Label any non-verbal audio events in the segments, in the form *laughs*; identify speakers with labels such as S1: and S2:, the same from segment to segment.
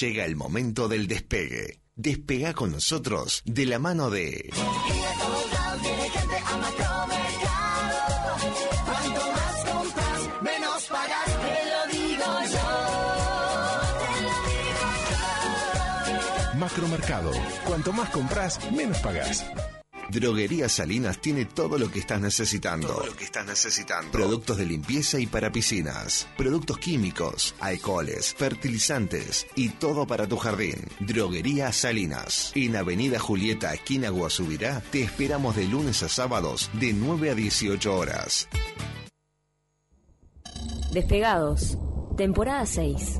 S1: Llega el momento del despegue. Despega con nosotros de la mano de...
S2: Macromercado. Cuanto más compras, menos pagás.
S1: Droguería Salinas tiene todo lo que estás necesitando.
S2: Todo lo que estás necesitando.
S1: Productos de limpieza y para piscinas, productos químicos, alcoholes, fertilizantes y todo para tu jardín. Droguería Salinas. En Avenida Julieta, esquina Guasubirá, te esperamos de lunes a sábados de 9 a 18 horas.
S3: Despegados, temporada 6.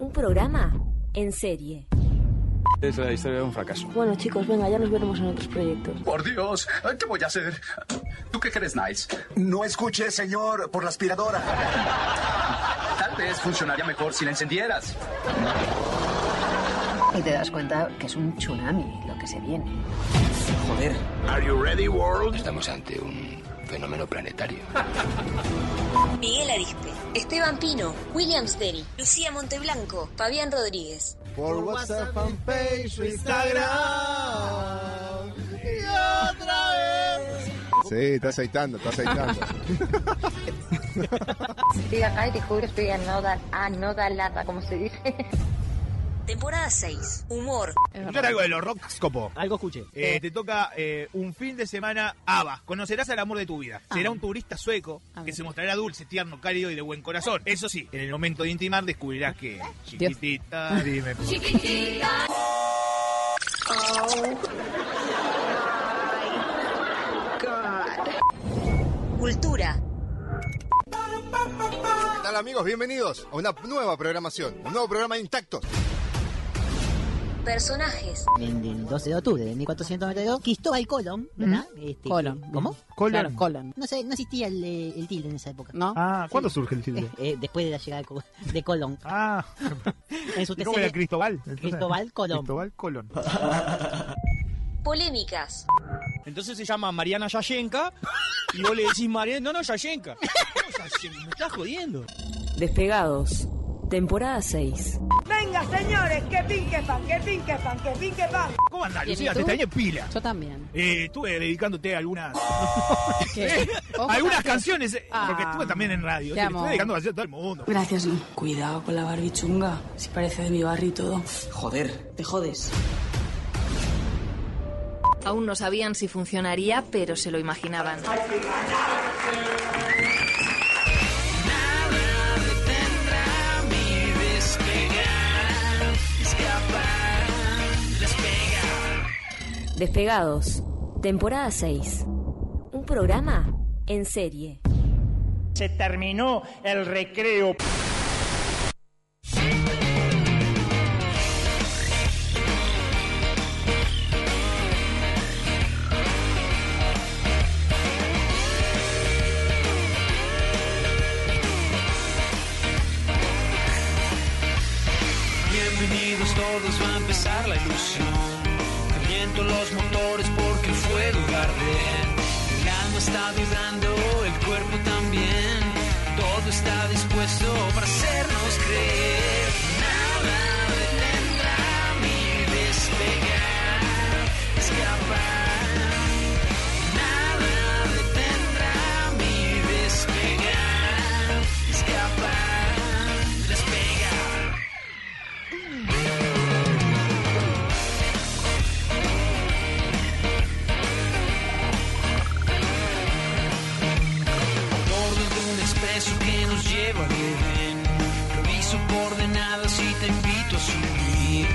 S3: Un programa en serie.
S4: Es la historia de un fracaso.
S5: Bueno, chicos, venga, ya nos veremos en otros proyectos.
S6: Por Dios, ¿qué voy a hacer? ¿Tú qué crees, Nice?
S7: No escuché, señor, por la aspiradora.
S6: Tal vez funcionaría mejor si la encendieras.
S8: Y te das cuenta que es un tsunami lo que se viene.
S9: Joder.
S10: Are you ready, world?
S11: Estamos ante un fenómeno planetario.
S12: Miguel Arispe, Esteban Pino, Williams Denny, Lucía Monteblanco, Fabián Rodríguez.
S13: Por WhatsApp, fanpage, Instagram. Y otra vez.
S14: Sí, está aceitando, está aceitando.
S15: Estoy acá y te juro estoy a no dar, a no dar lata, como se dice.
S12: Temporada 6. Humor.
S16: Escuchar algo de los Rockscopo.
S17: Algo escuché.
S16: Eh, te toca eh, un fin de semana ABBA. Conocerás al amor de tu vida. Será un turista sueco que se mostrará dulce, tierno, cálido y de buen corazón. Eso sí, en el momento de intimar descubrirás que... Chiquitita, dime... por-
S13: Chiquitita.
S12: Cultura.
S14: ¿Qué tal amigos? Bienvenidos a una nueva programación, un nuevo programa de Intactos.
S12: Personajes.
S18: En el 12 de octubre de 1492, Cristóbal Colón, ¿verdad? Este,
S19: Colón.
S18: ¿Cómo?
S19: Colón.
S18: Claro, Colón. No, sé, no existía el, eh, el tilde en esa época. ¿No?
S19: Ah, ¿cuándo surge el tilde?
S18: *laughs* Eh, después de la llegada de Co- de Colón.
S19: Ah.
S18: *laughs* En su
S19: ¿Y cómo era
S18: tercera-
S19: Cristóbal? Entonces,
S18: Cristóbal Colón.
S19: Cristóbal Colón.
S12: Polémicas.
S17: *laughs* Entonces se llama Mariana Yashenka y vos le decís Mariana, no, no, Yashenka. No, Yashenka, me estás jodiendo.
S3: Despegados, temporada 6.
S20: Venga, señores, que pinque pan, que pinque pan, que pinque pan.
S16: ¿Cómo andás, Lucía? Te extrañé este pila.
S19: Yo también.
S16: Eh, estuve dedicándote a algunas...
S19: *laughs*
S16: *laughs*
S19: ¿Qué? Ojo,
S16: algunas
S19: porque-
S16: canciones, eh,
S19: Ah.
S16: porque estuve también en radio.
S19: Te
S16: Sí, le
S19: amo.
S16: estoy dedicando canciones a todo el mundo.
S10: Gracias, Lu. Cuidado con la barbichunga. Si parece de mi barrio y todo.
S9: Joder.
S10: Te jodes.
S8: Aún no sabían si funcionaría, pero se lo imaginaban.
S3: Despegados, temporada 6. Un programa en serie.
S20: Se terminó el recreo.
S9: Bienvenidos todos, va a empezar la ilusión. Caliento los motores porque el fuego arde. El alma está vibrando, el cuerpo también. Todo está dispuesto para hacernos creer. Nada detendrá mi despegar, escapar. Nada detendrá mi despegar, escapar, despegar. bordo de un expreso que nos lleva al Edén. Reviso coordenadas y te invito a subir.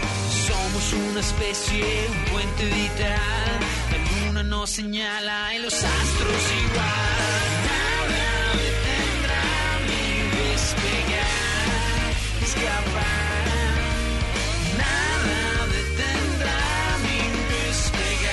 S9: Somos una especie, un puente vital. La luna nos señala y los astros igual. Nada detendrá mi despegar, escapar. Nada detendrá mi despegar.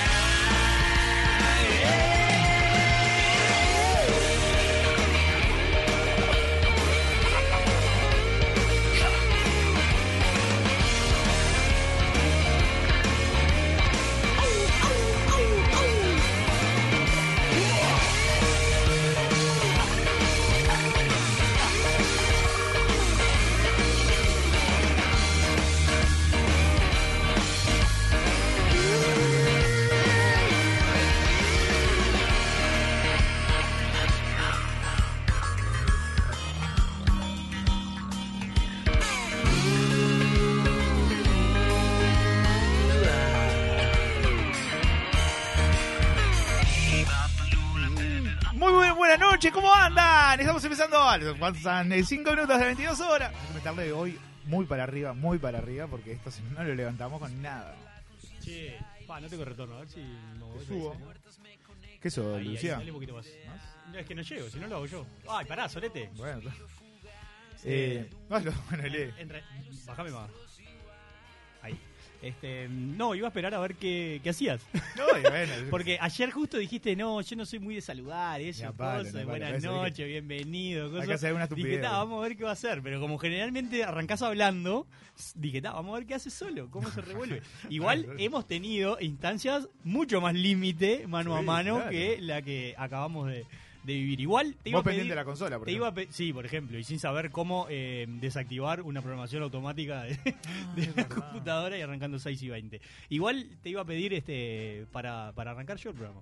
S16: Mm. noches, ¿cómo andan? Estamos empezando. a- Pasan 5 Eh, minutos de 22 horas. Hay que meterle hoy muy para arriba, muy para arriba, porque esto si no lo levantamos con nada.
S17: Che, pa, no tengo retorno, a ver si me voy.
S16: subo. ¿Qué eso,
S17: Ahí, ahí,
S16: Lucía?
S17: dale un poquito más. No, es que no llego, si no lo hago yo. Ay, pará, solete.
S16: Bueno, Eh, hazlo, bueno, *laughs* lee.
S17: en re- Bájame más. Ahí. Este, no, iba a esperar a ver qué, qué hacías.
S16: No,
S17: *laughs*
S16: bueno.
S17: Porque ayer justo dijiste, no, yo no soy muy de saludar,
S16: Ni a
S17: eso,
S16: palo,
S17: cosas,
S16: ni a palo.
S17: buenas
S16: Eso dije.
S17: noches, bienvenido, cosas.
S16: que hacer una
S17: dije,
S16: estupidez.
S17: "Ta, vamos a ver qué va a hacer. Pero como generalmente arrancás hablando, s- dije, "Ta, vamos a ver qué hace solo, cómo se
S16: *laughs*
S17: revuelve. Igual hemos tenido instancias mucho más límite, mano a
S16: Sí,
S17: mano,
S16: claro.
S17: que la que acabamos de, de vivir. Igual te iba
S16: Vos
S17: a pedir-
S16: pendiente de la consola, por
S17: te iba a pe- Sí, por ejemplo, y sin saber cómo eh, desactivar una programación automática de, *laughs* de la computadora y arrancando 6 y 20. Igual te iba a pedir este para, para arrancar yo el programa.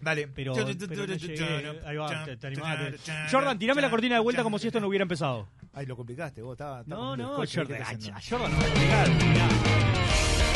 S16: Dale,
S17: Pero, pero no llegué. Ahí va, te- te animaste. Jordan, tirame la cortina de vuelta como si esto no hubiera empezado.
S16: Ay, lo complicaste, vos estaba. estaba
S17: No,
S16: con el
S17: no,
S16: coche,
S17: Jordan.
S16: ¿qué
S17: A,
S16: estás haciendo?
S17: a Jordan no va a llegar, mirá.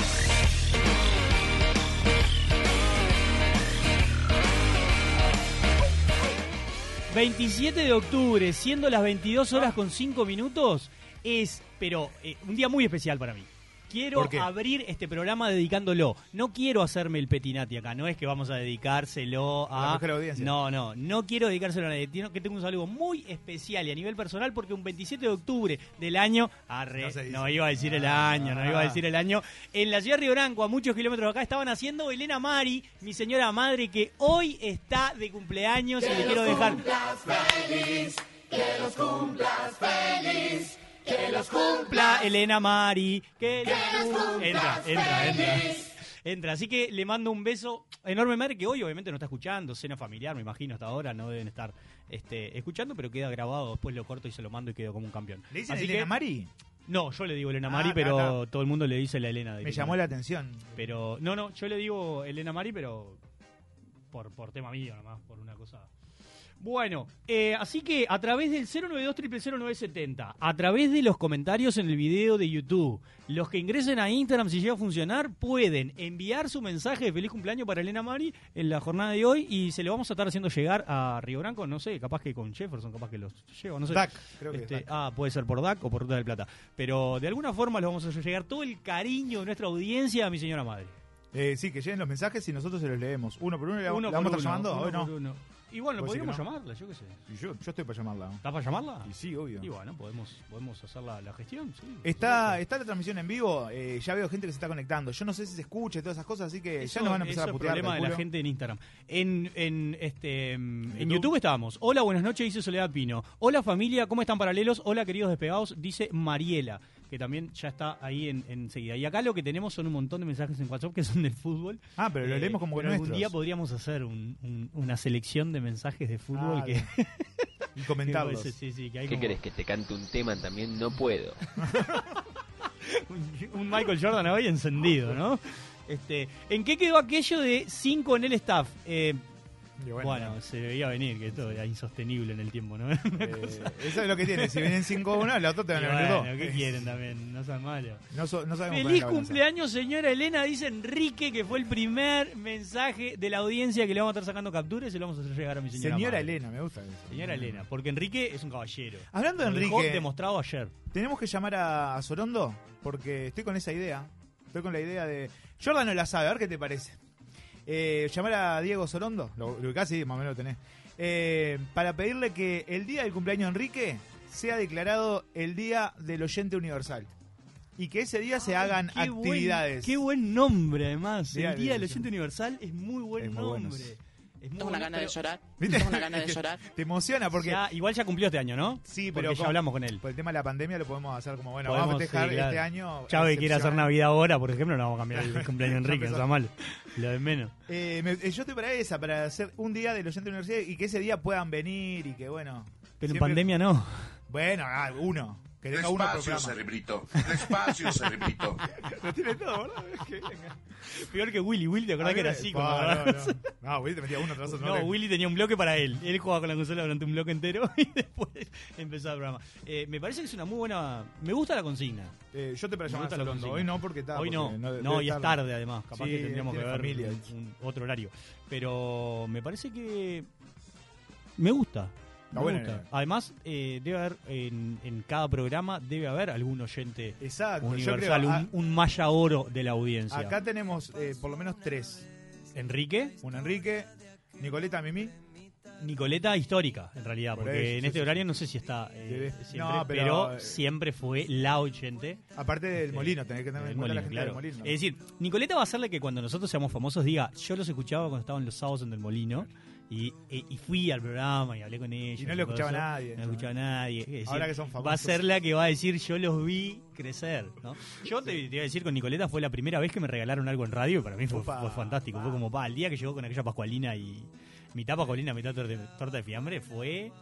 S17: ...27 de octubre, siendo las 22 horas con 5 minutos... ...es, pero, eh, un día muy especial para mí. Quiero
S16: ¿Por qué?
S17: abrir este programa dedicándolo. No quiero hacerme el petinati acá, no es que vamos a dedicárselo
S16: A la
S17: a...
S16: mujer audiencia.
S17: No, no, no quiero dedicárselo a nadie. Tiene- que tengo un saludo muy especial y a nivel personal porque un 27 de octubre del año... Arre,
S16: No se dice. Ah.
S17: no iba a decir el año, no iba a decir el año. En la ciudad de Río Branco, a muchos kilómetros de acá, estaban haciendo Elena Mari, mi señora madre, que hoy está de cumpleaños y le quiero dejar...
S9: feliz, que los cumplas feliz, que los
S17: cumpla Elena Mari. Que,
S9: los cumplas
S17: entra, entra, entra.
S9: feliz.
S17: Entra, así que le mando un beso enorme, madre, que hoy obviamente no está escuchando, cena familiar, me imagino, hasta ahora no deben estar este, escuchando, pero queda grabado, después lo corto y se lo mando y quedo como un campeón.
S16: ¿Le dicen
S17: Así
S16: Elena
S17: que-
S16: Mari?
S17: No, yo le digo Elena
S16: Ah,
S17: Mari,
S16: acá
S17: pero
S16: está.
S17: todo el mundo le dice la Elena.
S16: Me llamó la atención.
S17: Pero, no, no, yo le digo Elena Mari, pero por, por tema mío nomás, por una cosa... Bueno, eh, así que a través del 092 0970, a través de los comentarios en el video de YouTube, los que ingresen a Instagram si llega a funcionar pueden enviar su mensaje de feliz cumpleaños para Elena Mari en la jornada de hoy y se lo vamos a estar haciendo llegar a Río Branco, no sé, capaz que con Jefferson, capaz que los llevo, no sé.
S16: DAC, creo que es
S17: Este,
S16: DAC.
S17: Ah, puede ser por DAC o por Ruta del Plata. Pero de alguna forma lo vamos a hacer llegar todo el cariño de nuestra audiencia a mi señora madre.
S16: Eh, sí, que lleguen los mensajes y nosotros se los leemos. Uno por uno, ¿la,
S17: Uno
S16: la vamos
S17: por
S16: a estar
S17: uno,
S16: llamando?
S17: uno
S16: Hoy no.
S17: por uno. Y bueno,
S16: ¿Puede ser
S17: podríamos
S16: que no?
S17: llamarla, yo qué sé.
S16: Y Yo, yo estoy para llamarla.
S17: ¿Está para llamarla?
S16: Y sí, obvio.
S17: Y bueno, podemos, podemos hacer la, la gestión, sí.
S16: Está, está la transmisión en vivo, eh, ya veo gente que se está conectando. Yo no sé si se escucha y todas esas cosas, así que ya nos van a empezar
S17: eso
S16: a putear.
S17: es problema de la
S16: calculo.
S17: gente en Instagram. En, en, este, mm, en
S16: YouTube.
S17: YouTube estábamos. Hola, buenas noches, dice Soledad Pino. Hola, familia, ¿cómo están paralelos? Hola, queridos despegados, dice Mariela, que también ya está ahí en- enseguida. y acá lo que tenemos son un montón de mensajes en WhatsApp que son del fútbol. Eh,
S16: Ah, pero lo leemos como
S17: pero algún
S16: nuestros.
S17: día podríamos hacer un- un- una selección de mensajes de fútbol
S16: Ah,
S17: que... *laughs*
S16: bien. Y comentarlos.
S17: Sí, sí, sí, que hay
S12: ¿Qué
S17: como-
S12: querés? ¿Que te cante un tema también? No puedo.
S17: un Michael Jordan hoy encendido, ¿no? Este, ¿En qué quedó aquello de 5 en el staff? Eh,
S16: Y
S17: bueno,
S16: bueno,
S17: se veía venir que esto era insostenible en el tiempo, ¿no? *laughs*
S16: eh, eso es lo que tiene. Si vienen 5 a 1, la otra te van a venir
S17: bueno,
S16: dos.
S17: ¿qué quieren también? No sean malos.
S16: No, so- no sabemos
S17: Feliz
S16: cuál es la balanza.
S17: cumpleaños, señora Elena, dice Enrique, que fue el primer mensaje de la audiencia que le vamos a estar sacando capturas y se lo vamos a hacer llegar a mi señora.
S16: Señora,
S17: madre.
S16: Elena, me gusta eso.
S17: Señora Elena, porque Enrique es un caballero.
S16: Hablando de
S17: Lo dejó
S16: Enrique-
S17: demostrado ayer.
S16: Tenemos que llamar a, a Sorondo porque estoy con esa idea. Estoy con la idea de. Jordan no la sabe, a ver qué te parece. Eh, llamar a Diego Sorondo, lo, lo ubicás, sí, más o menos lo tenés. Eh, para pedirle que el día del cumpleaños de Enrique sea declarado el día del oyente universal. Y que ese día se hagan
S17: Qué buen-
S16: actividades.
S17: qué buen nombre, además.
S16: Día
S17: el Día
S16: del
S17: del Oyente Universal es muy buen
S16: Es muy
S17: nombre.
S16: bueno.
S17: Es muy
S10: Tengo una
S17: bueno,
S10: gana de
S17: pero
S10: llorar.
S16: *laughs* ¿Viste?
S10: Tengo una gana de llorar.
S16: Te emociona porque.
S17: ya- igual ya cumplió este año, ¿no?
S16: sí, pero.
S17: Porque ya
S16: como-
S17: hablamos con él.
S16: Por el tema de la pandemia lo podemos hacer como, bueno,
S17: Podemos,
S16: vamos a festejar
S17: sí, claro.
S16: este año.
S17: Chávez quiere hacer
S16: excepcional.
S17: Navidad ahora, por ejemplo, no vamos a
S16: *laughs*
S17: cambiar el cumpleaños de Enrique,
S16: Ya
S17: no está mal. Lo de menos.
S16: Eh, me- eh, yo estoy para esa, para hacer un día del oyente de universidad y que ese día puedan venir y que bueno.
S17: Pero en
S16: siempre-
S17: pandemia no.
S16: Bueno, ah, uno. Que tenga uno por
S21: Despacio,
S16: programa. *laughs*
S21: cerebrito. Despacio, cerebrito.
S16: Lo tiene todo, ¿verdad? Que venga.
S17: Peor que Willy, Willy, ¿te acordás
S16: Ah,
S17: que era
S16: mira,
S17: así?
S16: pa,
S17: cuando
S16: no,
S17: agarrabas?
S16: no. No, Will te metía uno tras otro.
S17: No,
S16: Te-
S17: Willy tenía un bloque para él. Él jugaba con la consola durante un bloque entero *laughs* y después empezaba el programa. Eh, me parece que es una muy buena. Me gusta la consigna.
S16: Eh, yo te para
S17: Me
S16: llamar a
S17: gusta la
S16: Sorondo.
S17: consigna.
S16: Hoy no, porque está.
S17: Hoy no,
S16: porque
S17: no,
S16: debe
S17: y es
S16: estar-
S17: tarde además, capaz
S16: Sí,
S17: que tendríamos que
S16: tiene
S17: ver
S16: familia.
S17: un- un otro horario. Pero me parece que Me gusta.
S16: Está
S17: me
S16: buena
S17: gusta.
S16: idea.
S17: Además, eh, debe haber en, en cada programa debe haber algún oyente
S16: Exacto, yo
S17: universal,
S16: creo,
S17: un,
S16: a-
S17: un malla oro de la audiencia.
S16: Acá tenemos eh, por lo menos tres.
S17: Enrique.
S16: Un Enrique. Nicoleta Mimi.
S17: Nicoleta histórica, en realidad,
S16: Por
S17: porque
S16: eso,
S17: en
S16: sí,
S17: este
S16: sí.
S17: horario no sé si está eh,
S16: Debe-
S17: siempre,
S16: No, pero,
S17: pero,
S16: eh,
S17: siempre fue la oyente.
S16: Aparte del
S17: Este,
S16: Molino, tenés que tener en
S17: del
S16: cuenta la
S17: Molino,
S16: gente
S17: claro.
S16: del Molino.
S17: Es decir, Nicoleta va a hacerle que cuando nosotros seamos famosos diga, yo los escuchaba cuando estaban los sábados en el Molino y, eh, y- y fui al programa y hablé con ellos.
S16: Y no lo
S17: todo
S16: escuchaba
S17: eso.
S16: nadie,
S17: No
S16: ¿no?
S17: lo escuchaba nadie. Es decir,
S16: Ahora que son famosos.
S17: Va a ser la que va a decir, yo los vi crecer. ¿no? Yo te, te voy a decir, con Nicoleta fue la primera vez que me regalaron algo en radio y para mí fue,
S16: Upa,
S17: fue fantástico. Fue como, pa, el día que llegó con aquella pascualina y mitad pascualina, mitad torta de- torta de fiambre, fue...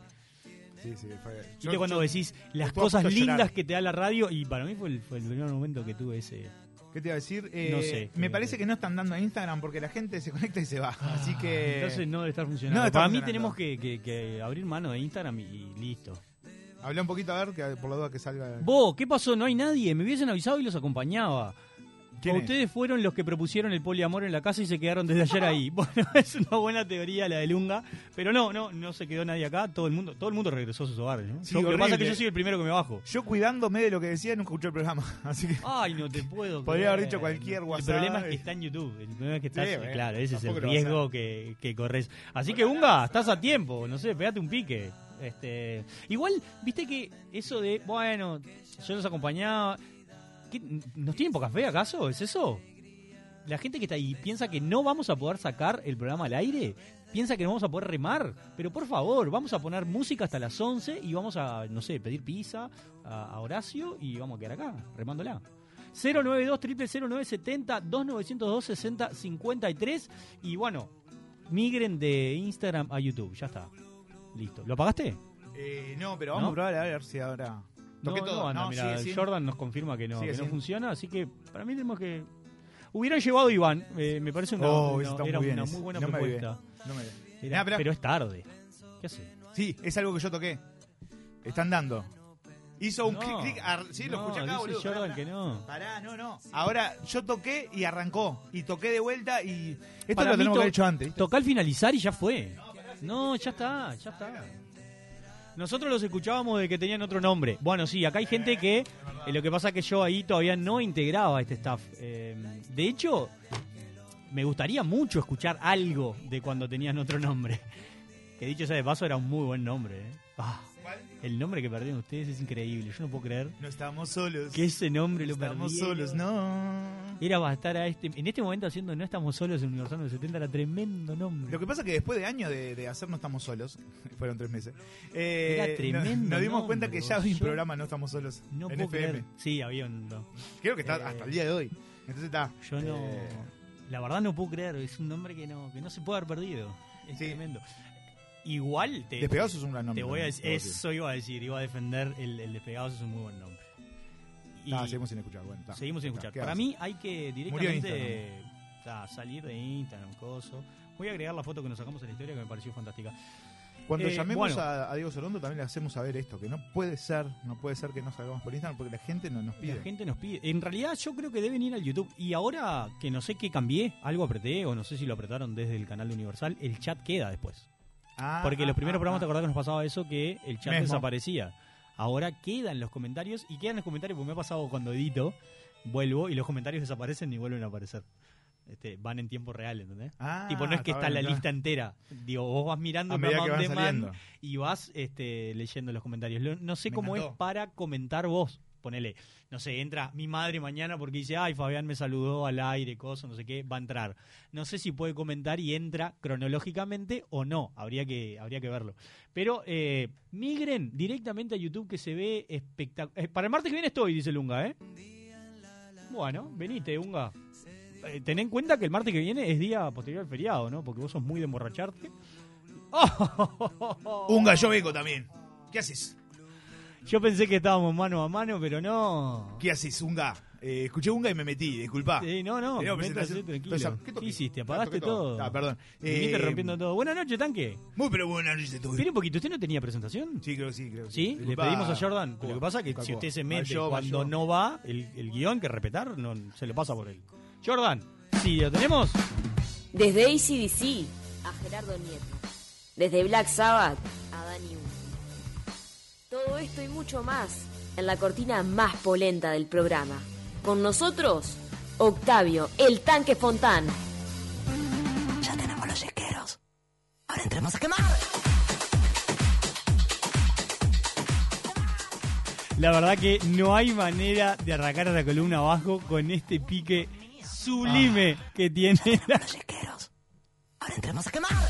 S16: Sí, sí, fue.
S17: Viste
S16: Yo-
S17: cuando
S16: yo-
S17: decís las
S16: estuve a
S17: cosas
S16: punto de llorar.
S17: lindas que te da la radio y para mí fue el, fue el primer momento que tuve ese...
S16: ¿Qué te iba a decir? Eh,
S17: No sé.
S16: Me parece que no están dando a Instagram porque la gente se conecta y se va. Así que.
S17: Ah, Entonces no debe estar funcionando.
S16: No está
S17: para mí
S16: funcionando.
S17: tenemos que, que- que abrir mano de Instagram y, y listo.
S16: Habla un poquito a ver, que por la duda que salga.
S17: Vos, ¿qué pasó? No hay nadie. Me hubiesen avisado y los acompañaba.
S16: ¿Quién es?
S17: Ustedes fueron los que propusieron el poliamor en la casa y se quedaron desde ayer *laughs* ahí. Bueno, es una buena teoría la de Lunga, pero no, no, no se quedó nadie acá. Todo el mundo, todo el mundo regresó a sus hogares. ¿no?
S16: Sí,
S17: Yo- lo que pasa es que
S16: horrible.
S17: yo soy el primero que me bajo.
S16: Yo cuidándome de lo que decía, nunca escuché el programa. *laughs* Así que.
S17: Ay, no te
S16: *laughs*
S17: puedo.
S16: Podría haber
S17: creer.
S16: dicho cualquier WhatsApp.
S17: El problema es que está en YouTube. El problema es que estás,
S16: Sí, bueno,
S17: claro, ese es el
S16: tampoco lo vas a-
S17: riesgo que, que corres. Así que, Unga, estás a tiempo. No sé, pegate un pique. Este, igual, viste que eso de, bueno, yo los acompañaba. ¿Qué, ¿Nos tienen poca fe acaso? ¿Es eso? La gente que está ahí piensa que no vamos a poder sacar el programa al aire, piensa que no vamos a poder remar, pero por favor, vamos a poner música hasta las 11 y vamos a, no sé, pedir pizza a, a Horacio y vamos a quedar acá, remándola. 092 0970 2902 60 53 y bueno, migren de Instagram a YouTube, ya está. Listo. ¿Lo apagaste?
S16: Eh, no, pero vamos
S17: ¿No?
S16: a probar a ver si ahora.
S17: No,
S16: Toqué todo.
S17: no, no,
S16: No,
S17: Ah, mira,
S16: sigue, sigue.
S17: Jordan nos confirma que no,
S16: Sigue
S17: que no
S16: siendo.
S17: funciona, así que para mí tenemos que... Hubieran llevado a Iván, eh, me *laughs* parece una,
S16: Oh,
S17: una-
S16: eso está
S17: era
S16: muy bien
S17: una
S16: ese.
S17: muy buena
S16: No me avivé,
S17: propuesta.
S16: no me avivé.
S17: Era-
S16: Nah, pero-
S17: pero es tarde. ¿Qué hace?
S16: Sí, es algo que yo toqué. Están dando. Hizo un
S17: No,
S16: clic, clic. ar- Sí, lo
S17: no,
S16: escuché acá,
S17: dice
S16: boludo.
S17: Jordan
S16: pará, pará.
S17: que no.
S16: Pará, no, no. Ahora yo toqué y arrancó. Y toqué de vuelta y. Esto
S17: Para
S16: lo tenemos
S17: mí
S16: que
S17: to-
S16: haber hecho antes.
S17: Tocá al finalizar y ya fue. No, ya está, ya está. Nosotros los escuchábamos de que tenían otro nombre. Bueno, sí, acá hay gente que. eh, lo que pasa es que yo ahí todavía no integraba este staff. Eh, de hecho, me gustaría mucho escuchar algo de cuando tenían otro nombre. *laughs* Que dicho sea de paso, era un muy buen nombre. eh. Ah, el nombre que perdieron ustedes es increíble. Yo no puedo creer
S16: No estamos solos.
S17: que ese nombre lo perdieron.
S16: Estamos solos, no.
S17: Era para estar a este, en este momento haciendo No estamos solos en Universal del 70, era tremendo nombre.
S16: Lo que pasa que después de años de, de hacer No Estamos Solos, *laughs* fueron tres meses, eh,
S17: Era
S16: no-
S17: tremendo
S16: nos dimos cuenta
S17: nombre,
S16: que ya había un
S17: yo-
S16: programa No Estamos Solos
S17: No
S16: en
S17: puedo
S16: FM.
S17: creer. Sí, había un. no.
S16: Creo que está
S17: Eh,
S16: hasta el día de hoy. Entonces está.
S17: Yo no.
S16: eh,
S17: La verdad no puedo creer, es un nombre que no, que no se puede haber perdido. Es tremendo. Igual te.
S16: Despegados es un gran nombre
S17: Te voy a
S16: también,
S17: decir,
S16: debo decir.
S17: eso iba a decir, iba a defender el, el Despegados es un muy buen nombre.
S16: está, Ah, seguimos sin escuchar. Bueno, está.
S17: Seguimos sin
S16: Está,
S17: escuchar.
S16: ¿qué
S17: Para
S16: haces?
S17: mí hay que
S16: Murió
S17: directamente
S16: Instagram.
S17: ta, salir de Instagram, coso. Voy a agregar la foto que nos sacamos en la historia que me pareció fantástica.
S16: Cuando
S17: Eh,
S16: llamemos
S17: bueno.
S16: a, a Diego Sorondo también le hacemos saber esto, que no puede ser, no puede ser que no salgamos por Instagram porque la gente no nos pide.
S17: La gente nos pide. En realidad yo creo que deben ir al YouTube. Y ahora que no sé qué cambié, algo apreté o no sé si lo apretaron desde el canal de Universal, el chat queda después.
S16: Ah,
S17: Porque los
S16: ah,
S17: primeros
S16: ah,
S17: programas,
S16: ah.
S17: ¿te acordás que nos pasaba eso? Que el chat
S16: Mesmo.
S17: desaparecía. Ahora quedan los comentarios y quedan los comentarios porque me ha pasado cuando edito, vuelvo y los comentarios desaparecen y vuelven a aparecer. Este, van en tiempo real, ¿entendés?
S16: Ah,
S17: tipo, no es que
S16: está
S17: está
S16: bien,
S17: la
S16: claro.
S17: lista entera. Digo, vos vas mirando
S16: A
S17: el
S16: medida
S17: programa
S16: que
S17: on
S16: van
S17: demand
S16: saliendo.
S17: y vas este, leyendo los comentarios. Lo- no sé
S16: Me
S17: cómo
S16: encantó.
S17: es para comentar vos. Ponele, no sé, entra mi madre mañana porque dice, ay, Fabián me saludó al aire, cosa, no sé qué, va a entrar. No sé si puede comentar y entra cronológicamente o no, habría que, habría que verlo. Pero eh, migren directamente a YouTube que se ve espectacular. para el martes que viene estoy, dice Lunga, ¿eh? Bueno, venite, Unga. Eh, ten en cuenta que el martes que viene es día posterior al feriado, ¿no? Porque vos sos muy
S16: *laughs*
S17: de emborracharte. Oh.
S16: Un gallo beco también. ¿Qué haces?
S17: Yo pensé que estábamos mano a mano, pero no.
S16: ¿Qué haces, Unga? Eh, escuché Unga y me metí, disculpa.
S17: Sí, no, no.
S16: Te digo,
S17: métase
S16: presentación-
S17: tranquilo.
S16: Entonces,
S17: ¿Qué, hiciste?
S16: Ah,
S17: ¿Apagaste
S16: toqué todo.
S17: todo?
S16: Ah, perdón.
S17: Viniste
S16: Eh,
S17: rompiendo todo. Buenas noches, tanque.
S16: Muy, pero buenas noches,
S17: Espera un poquito, ¿usted no tenía presentación?
S16: Sí, creo que sí, creo que
S17: Sí, le
S16: Disculpa.
S17: pedimos a Jordan. Lo que pasa es que
S16: Cacúa.
S17: si usted se mete
S16: Falló,
S17: cuando
S16: falló.
S17: no va, el, el guión que respetar no, se lo pasa por él. Jordan, si lo tenemos.
S12: Desde ACDC a Gerardo Nieto. Desde Black Sabbath a Danny Todo esto y mucho más en la cortina más polenta del programa. Con nosotros, Octavio, el tanque Fontán.
S9: Ya tenemos los yesqueros. Ahora entremos a quemar.
S17: La verdad que no hay manera de arrancar a la columna abajo con este pique sublime
S16: Ah.
S17: que tiene.
S9: Ahora entremos a quemar.
S16: Ah,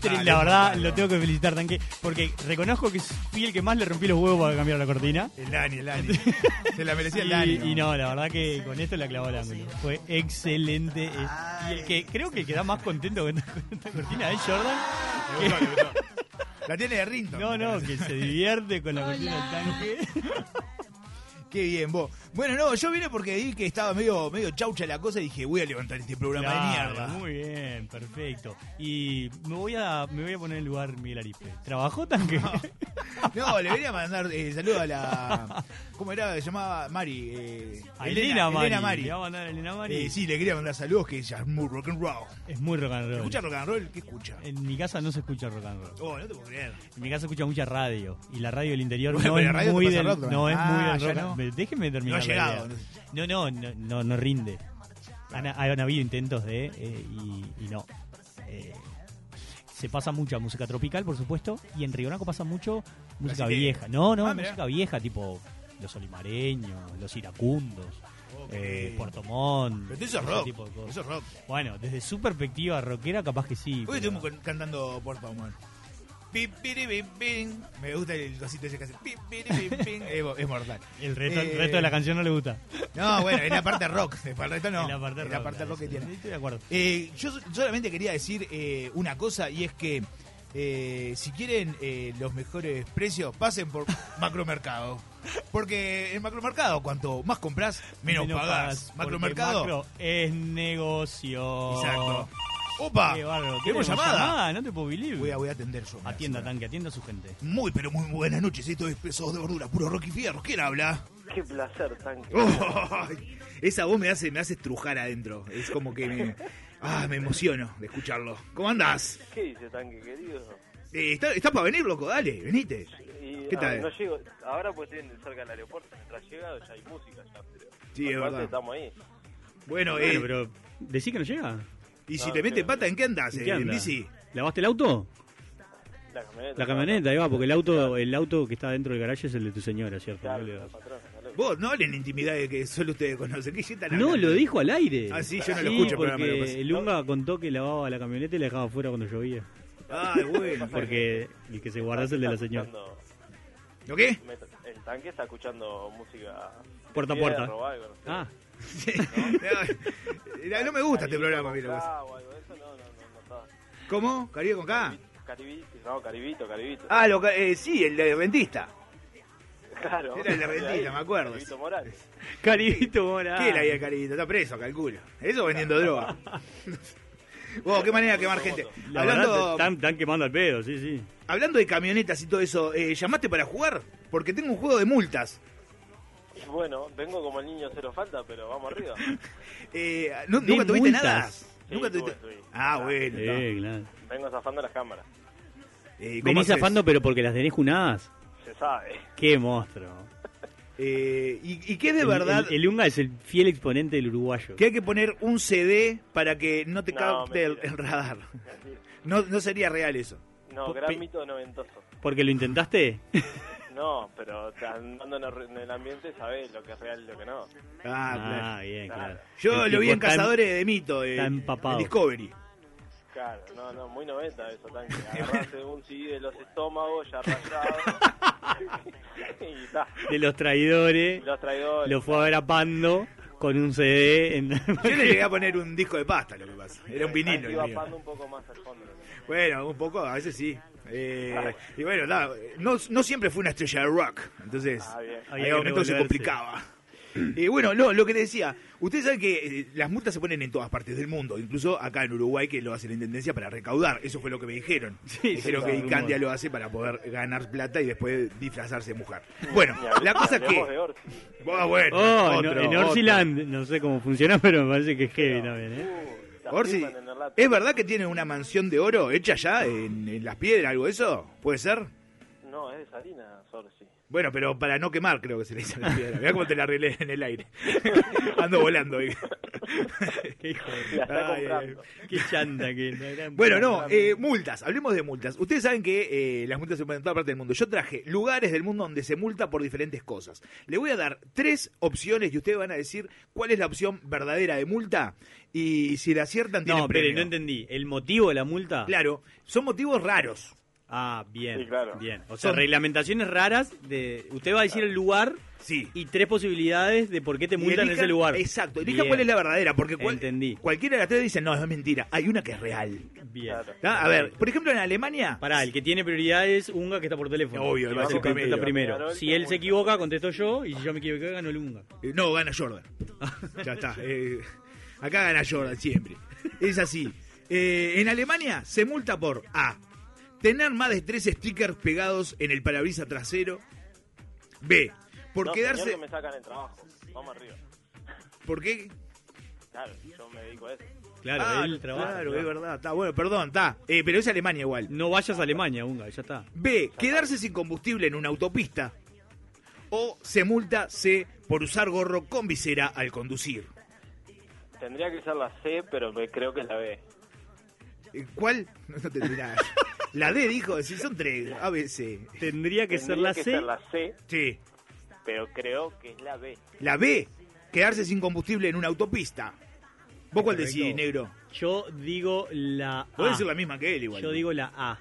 S17: Tri- La verdad, lo tengo que felicitar, Tanque, porque reconozco que fui el que más le rompí los huevos para cambiar la cortina.
S16: El Dani, el
S17: *laughs*
S16: Dani. Se la merecía el
S17: Y-
S16: Dani.
S17: Y no, la verdad que con esto la clavó el ángulo. Fue excelente. eh. Y el que creo que el que da más contento con esta, con esta cortina es Jordan.
S16: Ah,
S17: que-
S16: La tiene de Rinton.
S17: No, no, que se divierte con la cortina del tanque.
S16: Qué bien, vos. Bueno, no, yo vine porque vi que estaba medio, medio chaucha la cosa y dije, voy a levantar este programa
S17: Claro,
S16: de mierda.
S17: Muy bien, perfecto. Y me voy a, me voy a poner en lugar Miguel Arispe. ¿Trabajó tanque? *laughs*
S16: No, le venía a mandar eh, saludos a la. ¿Cómo era? Se llamaba Mari. eh,
S17: A Elena Mari. Le va a
S16: Mari.
S17: mandar a Elena Mari.
S16: Eh, sí, le quería mandar saludos que ella es muy rock and roll.
S17: Es muy rock and roll.
S16: ¿Escucha rock and roll? ¿Qué escucha?
S17: En mi casa no se escucha rock and roll.
S16: Oh, no te puedo creer.
S17: En mi casa escucha mucha radio. Y la radio del interior
S16: Bueno,
S17: no,
S16: pero
S17: es
S16: la radio
S17: muy
S16: te pasa
S17: del,
S16: rock,
S17: no es
S16: ah,
S17: muy del
S16: ya
S17: rock.
S16: no.
S17: Me- Déjeme terminar.
S16: No ha
S17: la
S16: llegado,
S17: idea. No, no, no, no, no rinde. Han, han habido intentos de. eh, y, y no. Eh, se pasa mucha música tropical, por supuesto. Y en Rionaco pasa mucho música
S22: Brasileña.
S17: vieja. No, no,
S22: Ah, mirá.
S17: música vieja, tipo los olimareños, los iracundos, eh, Puerto Montt.
S16: Pero eso es
S17: ese
S16: rock.
S17: tipo de cosas.
S16: Eso es rock.
S17: Bueno, desde su perspectiva rockera, capaz que sí.
S16: Hoy
S17: pero-
S16: estuvimos con- cantando por favor. Pim, piri, pim, pim. Me gusta el cosito ese que hace. Pim, piri, pim,
S17: *laughs*
S16: pim. Es, mo- es mortal.
S17: El resto, el
S16: Eh,
S17: resto de la canción no le gusta.
S16: No, bueno, en la parte rock. Después el resto no.
S17: En la parte rock,
S16: rock que
S17: claro, sí,
S16: tiene.
S17: Estoy de acuerdo.
S16: Eh, yo so- solamente quería decir eh, una cosa y es que eh, si quieren eh, los mejores precios, pasen
S17: *laughs*
S16: por Macromercado. Porque en Macromercado, cuanto más compras, menos, pagás.
S17: pagás,
S16: Macromercado.
S17: porque Macro es negocio.
S16: Exacto. ¡Opa!
S17: Qué bárbaro.
S16: ¿Tenemos llamada?
S17: No te puedo believe.
S16: Voy a, voy a atender yo.
S17: Atienda, tanque, atienda a su gente.
S16: Muy, pero muy buenas noches. Esto es Pesos de Verdura, puro Rocky Fierro. ¿Quién habla?
S23: Qué placer, tanque.
S16: Ay, esa voz me hace, me hace estrujar adentro. Es como que me, ah, me emociono de escucharlo. ¿Cómo andás?
S23: ¿Qué dice, tanque querido?
S16: Eh, ¿Estás está para venir, loco? Dale, venite.
S23: Y,
S16: ¿Qué
S23: ah,
S16: tal?
S23: No llego. Ahora pues estoy en- cerca del aeropuerto. Mientras llegado ya hay música ya, pero.
S16: Sí, es
S23: aparte
S16: verdad.
S23: estamos ahí.
S16: Bueno, eh,
S17: Bueno, pero decí que no llega.
S16: y si te mete pata, ¿en qué andás?
S17: Ah, ¿En
S16: eh,
S17: qué
S16: ¿En
S17: anda?
S16: bici?
S17: ¿Lavaste el auto?
S23: La camioneta.
S17: La camioneta, ahí va, porque el auto, el auto que está dentro del garaje es el de tu señora, ¿cierto?
S23: Claro,
S17: No le-
S23: el patrón, dale.
S16: Vos no hablen intimidades que solo ustedes conocen. ¿Qué están
S17: No,
S16: hablando?
S17: lo dijo al aire.
S16: Ah, sí, yo no lo escucho, pero pues- ahora me lo
S17: porque
S16: pasan.
S17: el Unga contó que lavaba la camioneta y la dejaba afuera cuando llovía.
S16: Ay, bueno.
S17: Porque el que se guarda es el de la
S23: Está
S17: señora.
S23: escuchando-
S16: ¿Lo qué?
S23: me- El tanque está escuchando música.
S17: Puerta a
S23: fierro
S17: puerta.
S23: o algo, no sé.
S17: Ah,
S16: Eh, No me gusta este programa, mira. vos.
S23: Ah, o algo de eso, no, no, no, no está.
S16: ¿Cómo? ¿Caribe con K?
S23: Caribito, no, Caribito, Caribito.
S16: Ah, lo, ca- eh, sí, el de rentista.
S23: Claro.
S16: Era
S23: *laughs*
S16: el de Argentina,
S23: Argentina,
S16: me acuerdo.
S23: Caribito Morales.
S17: Carito Morales.
S16: ¿Qué la vida de Carito? Está preso, calculo. Eso vendiendo
S17: *laughs*
S16: droga. Wow, qué manera de quemar gente.
S17: La verdad, te
S16: Hablando,
S17: están, están quemando al pedo, sí, sí.
S16: hablando de camionetas y todo eso, eh, ¿llamaste para jugar? Porque tengo un juego de multas.
S23: Y Bueno, vengo como el niño cero falta, pero vamos arriba.
S16: *laughs* Eh, ¿nu-
S17: ¿De
S16: ¿Nunca tuviste
S17: multas?
S16: nada?
S17: Sí,
S16: ¿Nunca
S23: tuve,
S16: tuviste?
S23: tuve.
S16: Ah, bueno.
S17: Eh,
S16: está.
S17: claro.
S23: Vengo zafando las cámaras,
S16: Eh, ¿cómo
S17: Venís
S16: haces?
S17: zafando, pero porque las tenés junadas.
S23: se sabe.
S17: Qué monstruo.
S16: Eh, ¿y, y qué es de
S17: El-
S16: verdad?
S17: El, el Unga es el fiel exponente del uruguayo.
S16: que hay que poner un CD para que no te
S23: No,
S16: capte el,
S23: mentira.
S16: el radar. No, no sería real eso.
S23: No,
S17: Po-
S23: gran
S17: pe-
S23: mito noventoso.
S17: Porque lo intentaste.
S23: No, pero andando en el- en el ambiente sabés lo que es real y lo que no.
S16: Ah, claro.
S17: Ah, bien, claro.
S16: Yo
S17: El
S16: lo vi
S17: tipo
S16: en
S17: está
S16: Cazadores de Mito, eh,
S17: está empapado.
S16: en Discovery.
S23: Claro, no, no, muy noventa eso,
S17: *laughs*
S23: tanque. Agarrarse un CD de los estómagos ya rayado. y está.
S17: De los traidores.
S23: Los traidores.
S17: Lo fue a ver a Pando con un CD. En...
S16: *laughs* Yo le llegué a poner un disco de pasta, lo que pasa. Era un vinilo.
S23: Tanque
S16: el
S23: Iba
S16: mío.
S23: pando un poco más al fondo.
S16: Bueno, un poco, a veces sí. Eh, y bueno, nada, no, no siempre fue una estrella de rock, entonces
S23: Ah, bien.
S17: Había
S16: había
S17: que
S16: momentos que se
S17: revolverse.
S16: complicaba. Y bueno, lo, lo que te decía, ustedes saben que eh, las multas se ponen en todas partes del mundo, incluso acá en Uruguay que lo hace la Intendencia para recaudar, eso fue lo que me dijeron. Dijeron
S17: sí,
S16: que
S17: claro.
S16: Icandia lo hace para poder ganar plata y después disfrazarse de mujer. Bueno, la cosa es que...
S23: Hablemos de Orsi.
S16: Ah, bueno,
S17: Oh, en-
S16: otro,
S17: en
S16: otro.
S17: Orsiland, no sé cómo funciona, pero me parece que es heavy también, ¿eh?
S23: Uh, te
S16: Orsi,
S23: afirman en el Escarlata.
S16: ¿Es verdad que tiene una mansión de oro hecha ya en, en las piedras, algo de eso? ¿Puede ser?
S23: No, es de Salina, Sorsi.
S16: Bueno, pero para no quemar creo que se le hizo la piedra. Mirá cómo te la arreglé en el aire. *laughs* Ando volando.
S23: *laughs*
S16: hoy. Hijo de-
S23: La está
S16: Ay,
S23: comprando.
S16: ay,
S17: Qué chanta que la
S16: *laughs*
S17: gran-
S16: Bueno, no, eh, multas, hablemos de multas. Ustedes saben que eh, las multas se pueden en toda parte del mundo. Yo traje lugares del mundo donde se multa por diferentes cosas. Le voy a dar tres opciones y ustedes van a decir cuál es la opción verdadera de multa y si la aciertan tienen
S17: No, pero
S16: premio.
S17: no entendí. ¿El motivo de la multa?
S16: Claro, son motivos raros.
S17: Ah, bien.
S23: Sí, claro.
S17: Bien. O sea,
S16: Son-
S17: reglamentaciones raras de. Usted va a decir el lugar
S16: sí.
S17: y tres posibilidades de por qué te
S16: Y
S17: multan en
S16: elijan-
S17: ese lugar.
S16: Exacto, elija cuál es la verdadera, porque cual-
S17: Entendí.
S16: cualquiera de las tres dice, no, es mentira, hay una que es real.
S17: Bien.
S16: ¿Tá? A ver, por ejemplo, en Alemania...
S17: Pará, el que tiene prioridad es Unga que está por teléfono.
S16: Obvio,
S17: Que
S16: va a
S17: ser
S16: ser
S17: el que contesta
S16: primero.
S17: primero. Si él se equivoca, contesto yo. Y si yo me equivoco, gano el Unga.
S16: Eh, No, gana Jordan. *laughs* ya está. eh, acá gana Jordan siempre. Es así. Eh, en Alemania se multa por A. Tener más de tres stickers pegados en el parabrisas trasero. B. Por
S23: No, señor,
S16: quedarse.
S23: que me sacan el trabajo. Vamos arriba.
S16: ¿Por qué?
S23: Claro, yo me dedico a eso.
S17: Claro,
S16: Ah,
S17: él trabaja.
S16: claro, es verdad. Está bueno, perdón, está. Eh, pero es Alemania igual.
S17: No vayas a Alemania, Unga, ya está.
S16: B. Quedarse sin combustible en una autopista. O se multa C. Por usar gorro con visera al conducir.
S23: Tendría que ser la C, pero me- creo que es la B.
S16: Eh, ¿Cuál? No, no te enterás. La D dijo, si son tres, A, B, C.
S17: Tendría que ser la
S23: Tendría que
S17: C.
S23: ser la C,
S16: Sí.
S23: pero creo que es la B.
S16: La B, quedarse sin combustible en una autopista. ¿Vos cuál decís,
S17: Correcto.
S16: negro?
S17: Yo digo la
S16: Podés
S17: A.
S16: decir la misma que él igual.
S17: Yo digo la A.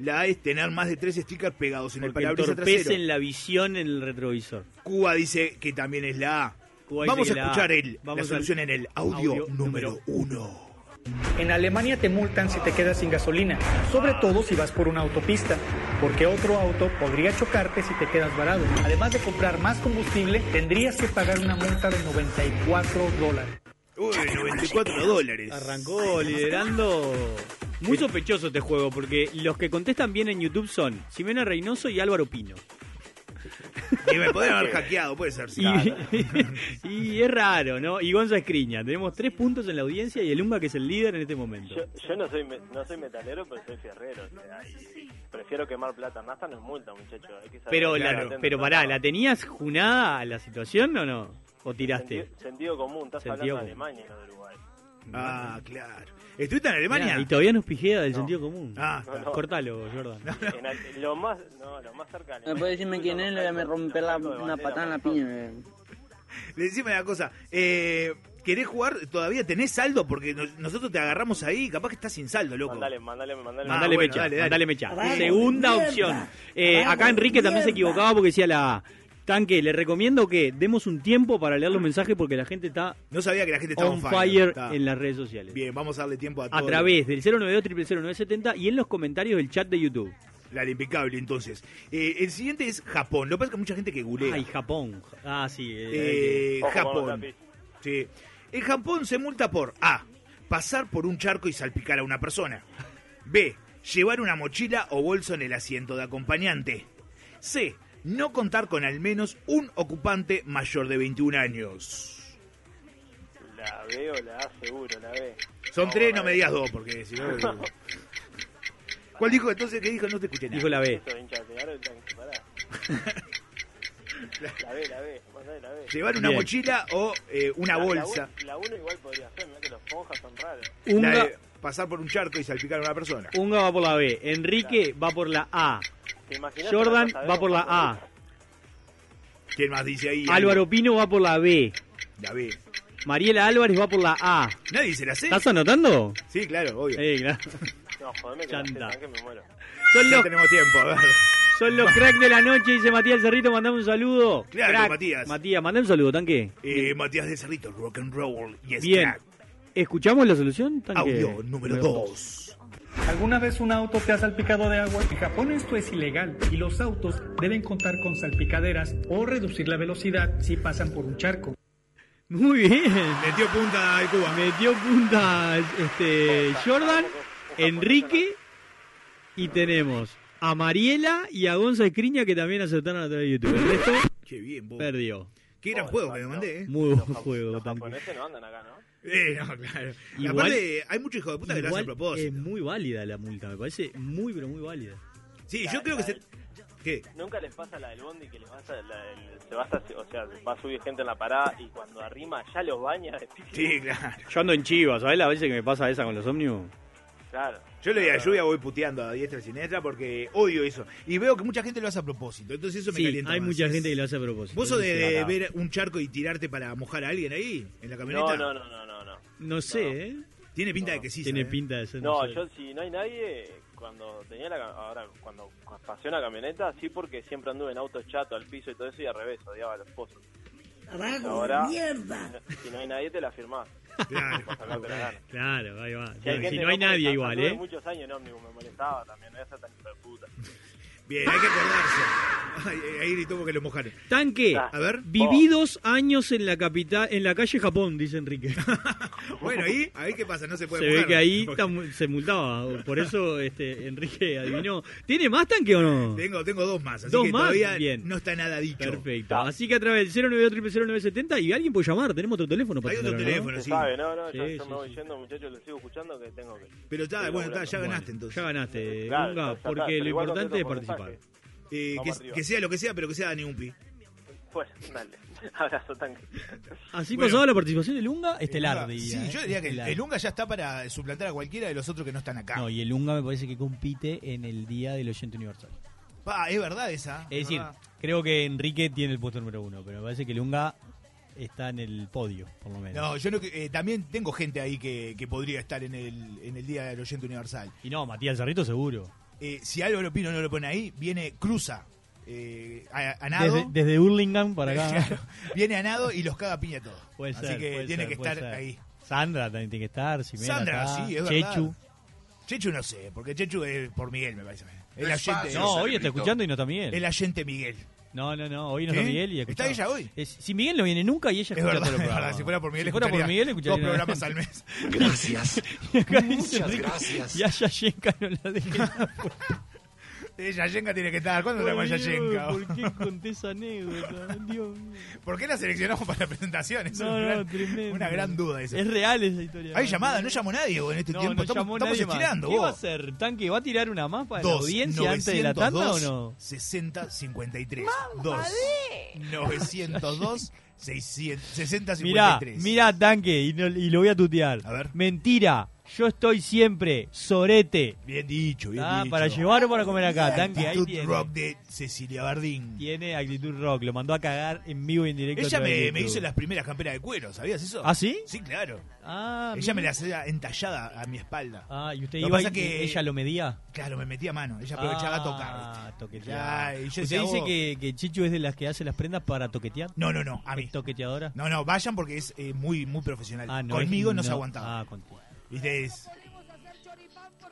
S16: La A es tener más de tres stickers pegados en el
S17: Porque
S16: parabrisas
S17: entorpecen
S16: trasero.
S17: la visión en el retrovisor.
S16: Cuba dice que también es la A.
S17: Cuba dice
S16: Vamos a
S17: que la
S16: escuchar
S17: A.
S16: el,
S17: Vamos
S16: la
S17: al
S16: solución en el audio,
S17: audio
S16: número,
S17: número
S16: uno.
S24: En Alemania te multan si te quedas sin gasolina, sobre todo si vas por una autopista, porque otro auto podría chocarte si te quedas varado. Además de comprar más combustible, tendrías que pagar una multa de 94 dólares.
S16: Uy, 94 dólares.
S17: Arrancó liderando. Muy sospechoso este juego, porque los que contestan bien en YouTube son Ximena Reynoso y Álvaro Pino.
S16: Y *laughs* me podrían
S17: *laughs*
S23: *laughs*
S16: haber hackeado, puede ser. sí.
S17: Y, y es raro, ¿no? Y Gonza Escriña. Tenemos tres puntos en la audiencia y el Unga que es el líder en este momento.
S23: Yo, yo no soy me- no soy metalero, pero soy fierrero. o sea, y prefiero quemar plata. Nasta no es multa, muchacho. Hay que saber
S17: Pero,
S23: que
S17: la-
S23: está haciendo
S17: pero
S23: el
S17: pará,
S23: trabajo.
S17: ¿la tenías junada a la situación o no? ¿O tiraste?
S23: Sentido, sentido común, estás
S17: Sentido
S23: hablando de Alemania, no de Uruguay.
S16: Ah, claro. ¿Estuviste en Alemania?
S17: Mirá, y todavía nos pijea del sentido común.
S16: Ah,
S23: No, no.
S17: Cortalo, Jordan.
S23: En al- lo, más, no, lo más cerca de
S25: ¿Me
S23: Alemania-
S25: puede decirme quién es? Le voy a me romper la, una patada en la piña. eh.
S16: Decime una cosa. Eh, ¿Querés jugar? ¿Todavía tenés saldo? Porque nos- nosotros te agarramos ahí. Capaz que estás sin saldo, loco.
S23: Mandale, mandale, mandale.
S16: Ah,
S17: Mandale
S16: bueno,
S17: mecha,
S16: dale, dale.
S17: mandale mecha.
S16: Vamos,
S17: Segunda
S16: mierda.
S17: opción. Eh,
S16: Vamos,
S17: acá Enrique también se
S16: mierda.
S17: equivocaba porque decía la A. Tanque, le recomiendo que demos un tiempo para leer los mensajes porque la gente está
S16: No sabía que la gente estaba
S17: on
S16: fire.
S17: fire
S16: Está.
S17: en las redes sociales.
S16: Bien, vamos a darle tiempo a
S17: A
S16: todos.
S17: través del 092 00970 y en los comentarios del chat de YouTube.
S16: La del impecable, entonces. Eh, el siguiente es Japón. Lo que pasa es que hay mucha gente que googlea.
S17: Ay, Japón. Ah, sí. eh,
S16: Eh,
S17: eh,
S16: Japón. Sí. En Japón se multa por A. Pasar por un charco y salpicar a una persona. B. Llevar una mochila o bolso en el asiento de acompañante. C. No contar con al menos un ocupante mayor de 21 años.
S23: La B o la A, seguro, la B.
S16: Son
S23: Vamos,
S16: tres,
S23: la
S16: no
S23: B.
S16: me digas dos, porque si
S23: *laughs*
S16: no... ¿Cuál dijo entonces? ¿Qué dijo? No te escuché nada.
S17: Dijo la B.
S23: Esto, hincha, te agarro el tanque,
S16: *laughs*
S23: pará. La B, la B, mandale la B.
S16: Llevar una
S17: Bien.
S16: mochila o eh, una
S23: La- la
S16: bolsa.
S23: bol- La 1 igual podría ser, mirá que los ponjas son raros.
S17: Unga,
S16: La de pasar por un charco y salpicar a una persona.
S17: Unga va por la B. Enrique va por la A.
S23: ¿Te imaginas
S17: Jordan
S23: que la
S17: va por la
S23: pasadera?
S17: A.
S16: ¿Quién más dice ahí?
S17: Álvaro Pino va por la B.
S16: La B.
S17: Mariela Álvarez va por la A.
S16: Nadie dice la C.
S17: ¿Estás anotando?
S16: Sí, claro, obvio.
S17: Eh,
S16: *laughs*
S17: claro. *laughs*
S23: No, jodeme que la
S17: Chanta.
S23: C, que me muero.
S17: Son
S16: No
S17: los,
S16: tenemos tiempo, a ver.
S17: son los cracks de la noche, dice Matías Cerrito, mandame un saludo.
S16: Claro,
S17: Crack.
S16: Matías.
S17: Matías, mandame un saludo, tanque.
S16: Eh, Matías de Cerrito, rock and roll. Yes,
S17: Bien.
S16: crack.
S17: ¿Escuchamos la solución, tanque?
S16: Audio número
S17: dos.
S16: 2.
S24: ¿Alguna vez un auto te ha salpicado de agua? En Japón esto es ilegal y los autos deben contar con salpicaderas o reducir la velocidad si pasan por un charco.
S17: Muy bien.
S16: Metió punta al Cuba.
S17: Metió punta este, Jordan, Enrique y tenemos a Mariela y a Gonza Escriña que también aceptaron a través de YouTube. El resto
S16: Qué bien, vos.
S17: perdió.
S16: Qué gran juego que me mandé, eh.
S17: Muy buen juego,
S23: Oh, Los
S17: tanque.
S23: japoneses no andan acá, ¿no?
S16: Eh, no, claro. Y
S26: Igual-
S16: aparte, hay mucho hijo de puta que lo hace a
S26: Igual
S16: propósito.
S26: Es muy válida la multa, me parece muy, pero muy válida.
S16: Sí, yo creo que se. ¿Qué?
S23: Nunca les pasa la del bondi que les pasa la del- se va a, o sea, va a subir gente en la parada y cuando arrima ya los baña. *laughs*
S26: eh,
S16: Sí, claro.
S5: Yo ando en Chivas, ¿sabes la veces que me pasa esa con los ómnibus?
S23: Claro.
S16: Yo le doy a lluvia, voy puteando a diestra y siniestra porque odio eso. Y veo que mucha gente lo hace a propósito. Entonces eso me
S26: Sí,
S16: calienta.
S26: hay
S16: más.
S26: mucha gente que lo hace a propósito.
S16: ¿Vos sos de,
S26: Sí.
S16: de ver un charco y tirarte para mojar a alguien ahí? ¿En la camioneta?
S23: No, no, no, no, no. No,
S26: No sé, ¿eh?
S16: Tiene pinta de que sí.
S26: Tiene
S16: ¿sabes?
S26: pinta de ser.
S23: No,
S26: sé.
S23: yo si no hay nadie, cuando tenía la ca- ahora cuando pasé una camioneta, sí porque siempre anduve en autos chato al piso y todo eso y al revés, odiaba a los pozos. Ahora, si no hay nadie te la firmás.
S26: Claro.
S23: Para sacarte la gana.
S26: Claro, ahí va.
S23: Si
S26: Claro, si
S23: gente
S26: no hay
S23: que me
S26: nadie
S23: molesta,
S26: igual,
S23: anduve
S26: ¿eh?
S23: muchos años en ómnibus, me molestaba también, no voy a ser tan hijo de puta.
S16: Bien, hay que acordarse. Ay, ahí gritó porque lo mojaron.
S26: Tanque,
S16: A ver.
S23: Oh.
S26: vividos años en la capital, en la calle Japón, dice
S16: *laughs*
S26: Enrique.
S16: Bueno, ahí, ahí qué pasa, no se puede
S26: se
S16: mojar.
S26: ve que ahí tam- se multaba. Por
S16: *laughs*
S26: eso este, Enrique adivinó. ¿Tiene más tanque o no?
S16: Tengo, tengo dos más, así
S26: ¿Dos
S16: que
S26: más?
S16: todavía
S26: Bien.
S16: no está nada dicho.
S26: Perfecto.
S23: Ah.
S26: Así que a través del 092 y alguien puede llamar. Tenemos otro teléfono para atender, ¿no?
S23: Se sabe, Eh, no, no,
S26: Sí,
S23: yo, yo
S26: sí,
S23: me voy yendo, muchachos, los sigo escuchando que tengo que...
S16: Pero está,
S23: estoy
S16: bueno, está,
S23: laburando.
S16: ya ganaste entonces.
S26: Ya ganaste,
S23: Claro,
S26: Gunga,
S23: ya está,
S26: porque
S23: pero
S26: lo
S23: igual
S26: importante es
S23: contesto por
S26: participar.
S23: mensaje.
S16: Eh,
S23: Vamos
S16: que,
S23: arriba.
S16: que sea lo que sea, pero que sea ni un pi.
S23: Bueno, dale. *laughs* Abrazo, tanque.
S26: Así
S16: Bueno.
S26: pasaba la participación del Lunga,
S17: este
S26: estelar.
S16: Sí,
S26: diría, ¿eh?
S16: yo diría que el,
S26: Estelar.
S16: el Unga ya está para suplantar a cualquiera de los otros que no están acá.
S17: No, y el Unga me parece que compite en el Día del Oyente Universal.
S16: Pa, es verdad esa.
S17: Es decir,
S16: verdad.
S17: creo que Enrique tiene el puesto número uno, pero me parece que el Unga está en el podio, por lo menos.
S16: No, yo no, que- eh, también tengo gente ahí que, que podría estar en el, en el Día del Oyente Universal.
S17: Y no, Matías Cerrito seguro.
S16: Eh, si Álvaro Pino no lo pone ahí, viene Cruza eh, a, a nado. *laughs*
S17: Desde, desde Hurlingham para
S16: Claro,
S17: acá.
S16: viene a nado y los caga a piña a todos.
S17: Puede
S16: Así
S17: ser,
S16: que
S17: puede
S16: tiene
S17: ser,
S16: que
S17: puede
S16: estar
S17: ser.
S16: ahí.
S17: Sandra también tiene que estar. Ximena
S16: Sandra,
S17: acá,
S16: sí, es verdad.
S17: Chechu.
S16: Chechu no sé, porque Chechu es por Miguel, me parece. El
S17: Despacio,
S16: agente-
S17: No, hoy está escuchando y no está Miguel.
S16: El agente Miguel.
S17: No, no, no, hoy no está
S16: ¿Eh?
S17: Miguel y
S16: ¿Está
S17: escuchaba.
S16: ella hoy?
S17: Es- si Miguel no viene nunca y ella
S16: Es
S17: escucha
S16: verdad,
S17: todos los
S16: es
S17: programas.
S16: verdad. Si fuera por Miguel,
S17: Si fuera por
S16: escucharía
S17: Miguel, escucharía
S16: dos programas al
S17: *laughs*
S16: mes.
S17: Gracias.
S16: Muchas gracias.
S17: Y a Yashenka no la dejen.
S16: *laughs* Eh, Yashenka tiene que estar. ¿Cuándo está con
S17: Por Dios,
S16: Yashenka?
S17: ¿Por qué conté esa anécdota? Dios mío.
S16: ¿Por qué la seleccionamos para presentaciones?
S17: No, no, tremendo.
S16: Una gran duda esa.
S17: Es real esa historia.
S16: Hay llamada, no llamó nadie vos, en este
S17: No,
S16: tiempo.
S17: no
S16: estamos
S17: llamó
S16: estamos
S17: nadie más.
S16: estirando
S17: ¿Qué va a
S16: vos.
S17: hacer? ¿Tanque va a tirar una más para la
S16: Dos,
S17: audiencia antes de la
S16: 902,
S17: tanda o no?
S16: 60 53. 2 902 600, 60
S17: Mirá,
S16: 53.
S17: mirá, tanque, y, no- y lo voy a tutear. Mentira, yo estoy siempre, sorete.
S16: Bien dicho, bien
S17: Ah,
S16: dicho.
S17: para llevar o para comer acá,
S16: La
S17: tanque, ahí
S16: actitud
S17: tiene.
S16: rock de Cecilia Bardín.
S17: Tiene actitud rock, lo mandó a cagar en vivo y en directo. a
S16: Ella
S17: través de
S16: me, me
S17: YouTube.
S16: hizo las primeras camperas de cuero, ¿sabías eso?
S17: ¿Ah, sí?
S16: Sí, claro.
S17: Ah,
S16: ella
S17: mira.
S16: me la hacía entallada a mi espalda.
S17: Ah, y usted
S16: Lo que
S17: iba
S16: pasa
S17: y
S16: que-
S17: ella lo medía.
S16: Claro, me metía mano. Ella aprovechaba a tocar.
S17: Ah,
S16: Ya,
S17: toquetear.
S16: y yo
S17: ¿Usted
S16: decía,
S17: dice
S16: vos-
S17: que, que Chichu es de las que hace las prendas para toquetear?
S16: No, no, no, a mí.
S17: ¿Es toqueteadora?
S16: No, no, vayan porque es eh, muy, muy profesional.
S17: Ah, no,
S16: Conmigo
S17: es-
S16: no se
S17: no.
S16: aguantaba.
S17: Ah, contigo.
S16: ¿Viste? Es-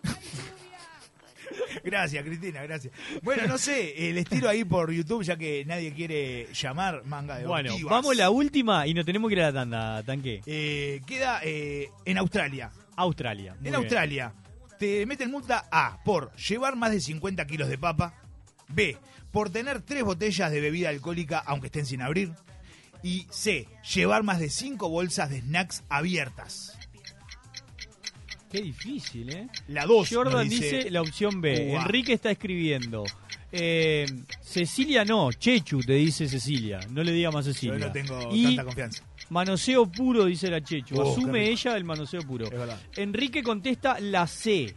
S16: *laughs* Gracias, Cristina, gracias. Bueno, no sé, eh, les tiro ahí por YouTube ya que nadie quiere llamar manga de
S17: Bueno,
S16: ortivas.
S17: vamos a la última y nos tenemos que ir a la tanda, tanque.
S16: Eh, queda eh, en Australia.
S17: Australia. muy
S16: en
S17: bien.
S16: Australia te meten multa A por llevar más de 50 kilos de papa, B por tener tres botellas de bebida alcohólica aunque estén sin abrir y C llevar más de cinco bolsas de snacks abiertas.
S17: Qué difícil, ¿eh?
S16: La 2
S17: Jordan dice, la opción B.
S16: Ua.
S17: Enrique está escribiendo. eh, Cecilia no, Chechu te dice Cecilia. No le diga más Cecilia.
S16: Yo no tengo
S17: Y
S16: tanta confianza.
S17: Manoseo puro, dice la Chechu.
S16: Oh, qué
S17: Asume
S16: rico.
S17: ella el manoseo puro.
S16: verdad.
S17: Enrique contesta la C.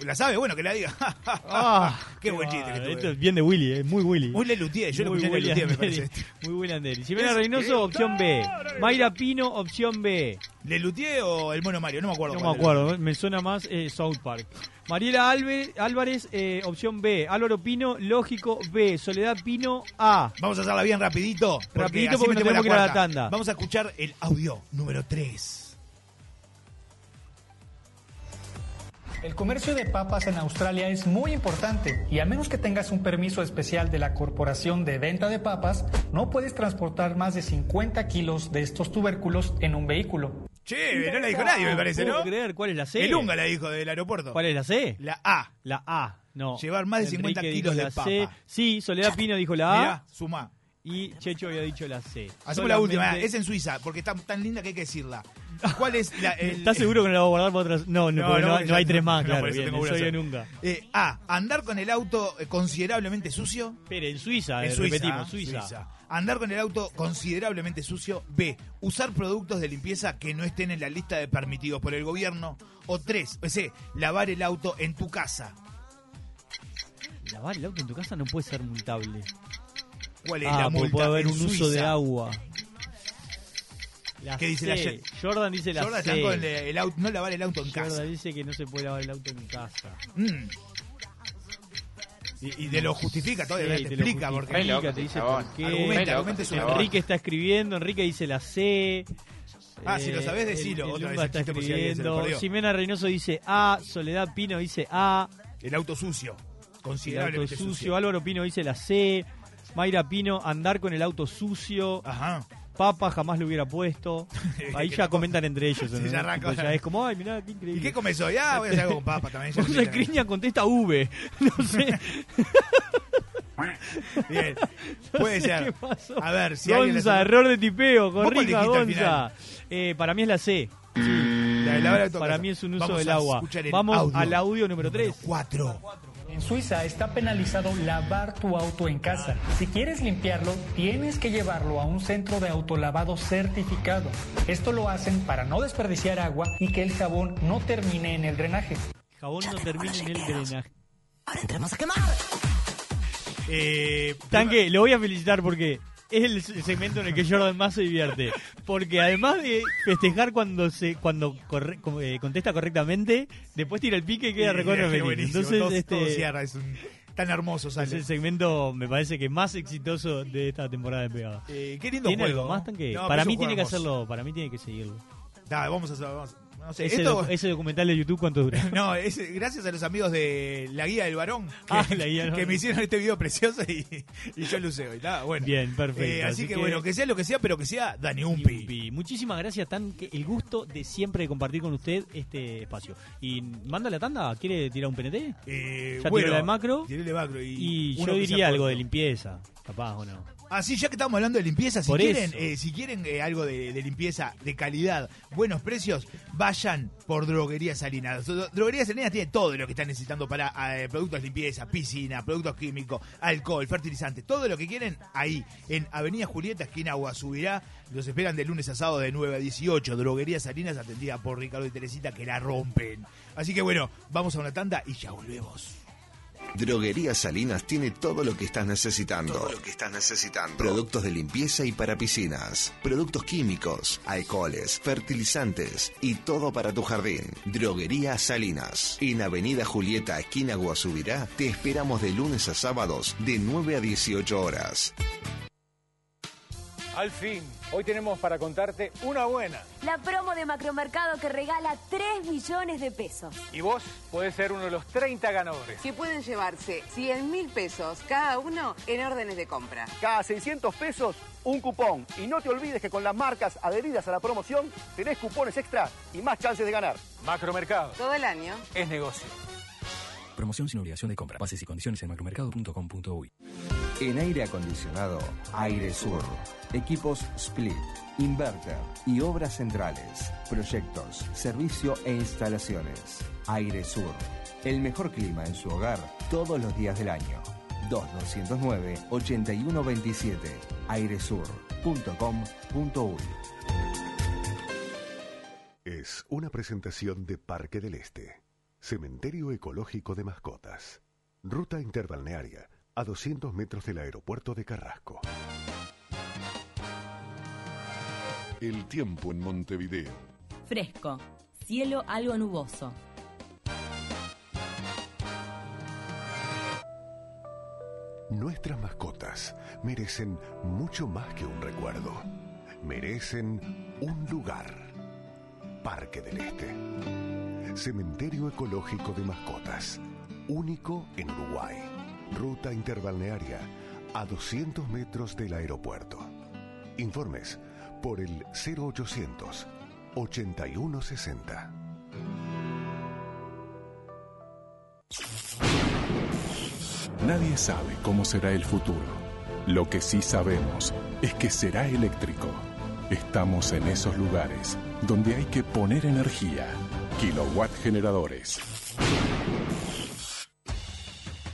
S16: La sabe, bueno, que la diga.
S17: Ah,
S16: *laughs* qué buen chiste que
S17: bárbaro.
S16: tuve.
S17: Esto es bien de Willy, es muy Willy.
S16: Muy Lelutier, yo lo
S17: Muy
S16: escuché en
S17: Willy
S16: Lelutier, me
S17: Andeli,
S16: parece.
S17: Muy Willy Andeli. Ximena
S16: Es-
S17: Reynoso, opción B. Mayra Pino, opción B.
S16: ¿Lelutier o el mono Mario? No me acuerdo.
S17: No me
S16: cuál era.
S17: acuerdo, me suena más eh, South Park. Mariela Alve- Álvarez, eh, opción B. Álvaro Pino, lógico, B. Soledad Pino, A.
S16: Vamos a hacerla bien rapidito. Porque
S17: Rapidito
S16: así
S17: porque nos
S16: metemos
S17: tenemos que ir a la
S16: cuarta.
S17: tanda.
S16: Vamos a escuchar el audio número 3.
S4: El comercio de papas en Australia es muy importante y a menos que tengas un permiso especial de la Corporación de Venta de Papas, no puedes transportar más de 50 kilos de estos tubérculos en un vehículo.
S16: Che, Eh, no la dijo nadie, me parece,
S17: puedo
S16: ¿no?
S17: creer, ¿cuál es la C?
S16: El Unga la dijo del aeropuerto.
S17: ¿Cuál es la C?
S16: La A.
S17: La A, no.
S16: Llevar más de 50
S17: Enrique
S16: kilos
S17: dijo
S16: de
S17: la C.
S16: papa.
S17: Sí, Soledad Pino dijo la A.
S16: Mirá, sumá.
S17: y Checho había dicho la C.
S16: Hacemos la última, ah, es en Suiza, porque está tan linda que hay que decirla. ¿Cuál es
S17: *laughs*
S16: la, el- eh,
S17: ¿Estás seguro que no la voy a guardar para otras? No, no, porque no,
S16: porque
S17: no
S16: ya-
S17: hay tres más,
S16: no,
S17: claro.
S16: por eso
S17: bien,
S16: tengo una
S17: eso yo
S16: sola.
S17: nunca.
S16: Eh, A. Andar con el auto eh, considerablemente sucio. ah,
S17: Pero en Suiza, eh, repetimos, Suiza.
S16: Andar con el auto considerablemente sucio. B. Usar productos de limpieza que no estén en la lista de permitidos por el gobierno. O tres, o C. Lavar el auto en tu casa.
S17: Lavar el auto en tu casa no puede ser multable.
S16: ¿Cuál es
S17: ah,
S16: la
S17: porque
S16: multa
S17: puede haber
S16: en
S17: un uso de
S16: Suiza?
S17: agua. La
S16: ¿Qué dice
S17: C.
S16: la Ye-
S17: Jordan dice la
S16: Jordan
S17: C.
S16: está con el- el auto- no lavar el auto en
S17: Jordan
S16: casa.
S17: dice que no se puede lavar el auto en casa.
S16: Mm. Y, y te lo justifica todo,
S17: Sí,
S16: te,
S17: te lo
S16: explica porque
S17: justifica, te dice por qué.
S16: Argumenta, argumenta su
S17: Enrique está escribiendo, Enrique dice la C.
S16: Ah, si lo sabés,
S17: el-
S16: decilo
S17: el
S16: otra vez,
S17: Lumba
S16: el
S17: está
S16: chiste por si alguien se lo
S17: escribiendo.
S16: perdió.
S17: Ximena Reynoso dice A. Soledad Pino dice A.
S16: El auto sucio.
S17: El auto
S16: Considerablemente
S17: sucio. Álvaro Pino dice la C. Mayra Pino, andar con el auto sucio.
S16: Ajá.
S17: Papa jamás lo hubiera
S16: *laughs*
S17: puesto. Ahí
S16: Que
S17: ya
S16: no-
S17: comentan entre ellos.
S16: Sí,
S17: ¿no?
S16: ya arranca.
S17: Tipo, ya es como, ay, mirá, qué increíble.
S16: ¿Y qué comes hoy? Ah, voy a hacer
S17: *laughs*
S16: algo con papa también. ya
S17: Gonza
S16: empiezan.
S17: Criña contesta V. *laughs* No sé.
S16: *laughs* Bien.
S17: No
S16: Puede
S17: sé
S16: ser.
S17: qué pasó.
S16: A ver, si alguien la
S17: Gonza,
S16: sabe-
S17: error de tipeo,
S16: ¿Vos cuál
S17: corrija,
S16: dijiste al
S17: Gonza. Eh, para mí es la C. Sí.
S16: La de lavar el auto en
S17: para
S16: casa.
S17: mí es un uso
S16: Vamos
S17: del
S16: a
S17: agua.
S16: escuchar el
S17: Vamos
S16: audio.
S17: al audio número 3.
S16: 4.
S4: En Suiza está penalizado lavar tu auto en casa. Si quieres limpiarlo, tienes que llevarlo a un centro de autolavado certificado. Esto lo hacen para no desperdiciar agua y que el jabón no termine en el drenaje.
S17: Jabón no termina en el drenaje.
S13: Ahora entremos a quemar.
S16: Eh,
S17: Tanque, lo voy a felicitar porque es el se- segmento en el que Jordan más se divierte. Porque además de festejar cuando se cuando corre- co- eh, contesta correctamente, después tira el pique y queda
S16: Sí, *laughs*
S17: recontra
S16: qué
S17: feliz.
S16: buenísimo,
S17: Entonces,
S16: todo-
S17: este,
S16: todo cierra, es un- tan hermoso
S17: es
S16: sale.
S17: el segmento, me parece que más exitoso de esta temporada de pegada.
S16: Eh, qué lindo
S17: ¿Tiene
S16: juego,
S17: algo más,
S16: ¿no?
S17: Tanque?
S16: No, pero
S17: para
S16: es
S17: mí
S16: un
S17: tiene que
S16: juego hermoso.
S17: hacerlo, para mí tiene que seguirlo.
S16: Da, vamos a hacer. Vamos a- no sé,
S17: ese,
S16: esto-
S17: doc- ese documental de YouTube, ¿cuánto dura?
S16: *laughs* No, es gracias a los amigos de La Guía del Varón que,
S17: Ah, La Guía del
S16: que
S17: Varón.
S16: me hicieron este video precioso y, y yo lo usé hoy. Está bueno.
S17: Bien, perfecto.
S16: Eh, así,
S17: Así
S16: que,
S17: que-
S16: bueno, que sea lo que sea, pero que sea Dani Umpi.
S17: Y muchísimas gracias, Tan. que El gusto de siempre de compartir con usted este espacio. Y manda la tanda, ¿quiere tirar un PNT?
S16: Eh,
S17: ya
S16: bueno,
S17: tiró la de macro.
S16: tiré la de macro y
S17: Y
S16: uno
S17: yo
S16: que sea
S17: diría algo
S16: corto.
S17: de limpieza, capaz o no.
S16: Así, Ah, ya que estamos hablando de limpieza, si
S17: Por
S16: quieren,
S17: eso.
S16: eh, si quieren eh, algo de, de limpieza de calidad, buenos precios, vayan por Droguería Salinas. Dro- Droguería Salinas tiene todo lo que están necesitando para eh, productos de limpieza, piscina, productos químicos, alcohol, fertilizantes, todo lo que quieren ahí, en Avenida Julieta, esquina Guasubirá. Los esperan de lunes a sábado de 9 a 18. Droguería Salinas, atendida por Ricardo y Teresita, que la rompen. Así que bueno, vamos a una tanda y ya volvemos.
S1: Droguería Salinas tiene todo lo que estás necesitando. Todo lo que estás necesitando. Productos de limpieza y para piscinas, productos químicos, alcoholes, fertilizantes y todo para tu jardín. Droguería Salinas. En Avenida Julieta, esquina Guasubirá, te esperamos de lunes a sábados de 9 a 18 horas.
S15: Al fin, hoy tenemos para contarte una buena.
S12: La promo de Macromercado que regala 3 millones de pesos.
S15: Y vos podés ser uno de los 30 ganadores.
S27: que pueden llevarse 100 mil pesos cada uno en órdenes de compra.
S28: Cada 600 pesos, un cupón. Y no te olvides que con las marcas adheridas a la promoción tenés cupones extra y más chances de ganar.
S15: Macromercado.
S27: Todo el año.
S15: Es negocio.
S29: Promoción sin obligación de compra. Bases y condiciones en macromercado.com.uy.
S30: En aire acondicionado, Aire Sur. Equipos Split, Inverter y obras centrales. Proyectos, servicio e instalaciones. Aire Sur. El mejor clima en su hogar todos los días del año. 2209-8127. airesur.com.uy.
S2: Es una presentación de Parque del Este, Cementerio Ecológico de Mascotas, ruta interbalnearia a 200 metros del aeropuerto de Carrasco. El tiempo en Montevideo.
S31: Fresco. Cielo algo nuboso.
S2: Nuestras mascotas merecen mucho más que un recuerdo. Merecen un lugar. Parque del Este. Cementerio Ecológico de Mascotas. Único en Uruguay. Ruta interbalnearia a 200 metros del aeropuerto. Informes por el 0800 8160. Nadie sabe cómo será el futuro,
S32: Lo que sí sabemos es que será eléctrico. Estamos en esos lugares donde hay que poner energía. Kilowatt generadores.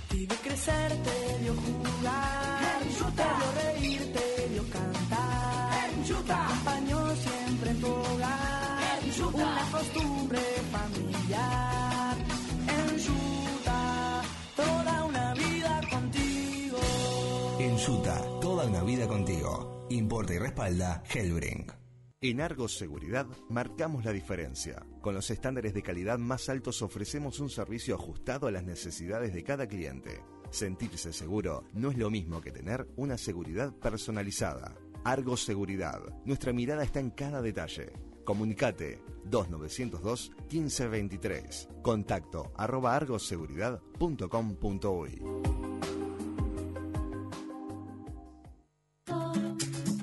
S9: Te vio crecer, te vio jugar. Te vio reír, te vio cantar. Te acompañó siempre en tu hogar. Una costumbre familiar. En Utah, toda una vida contigo.
S1: En Yuta, toda una vida contigo. Importa y respalda Hellbrink. En Argos Seguridad marcamos la diferencia. Con los estándares de calidad más altos ofrecemos un servicio ajustado a las necesidades de cada cliente. Sentirse seguro no es lo mismo que tener una seguridad personalizada. Argos Seguridad. Nuestra mirada está en cada detalle. Comunicate 2902 1523. Contacto arroba argoseguridad.com.uy.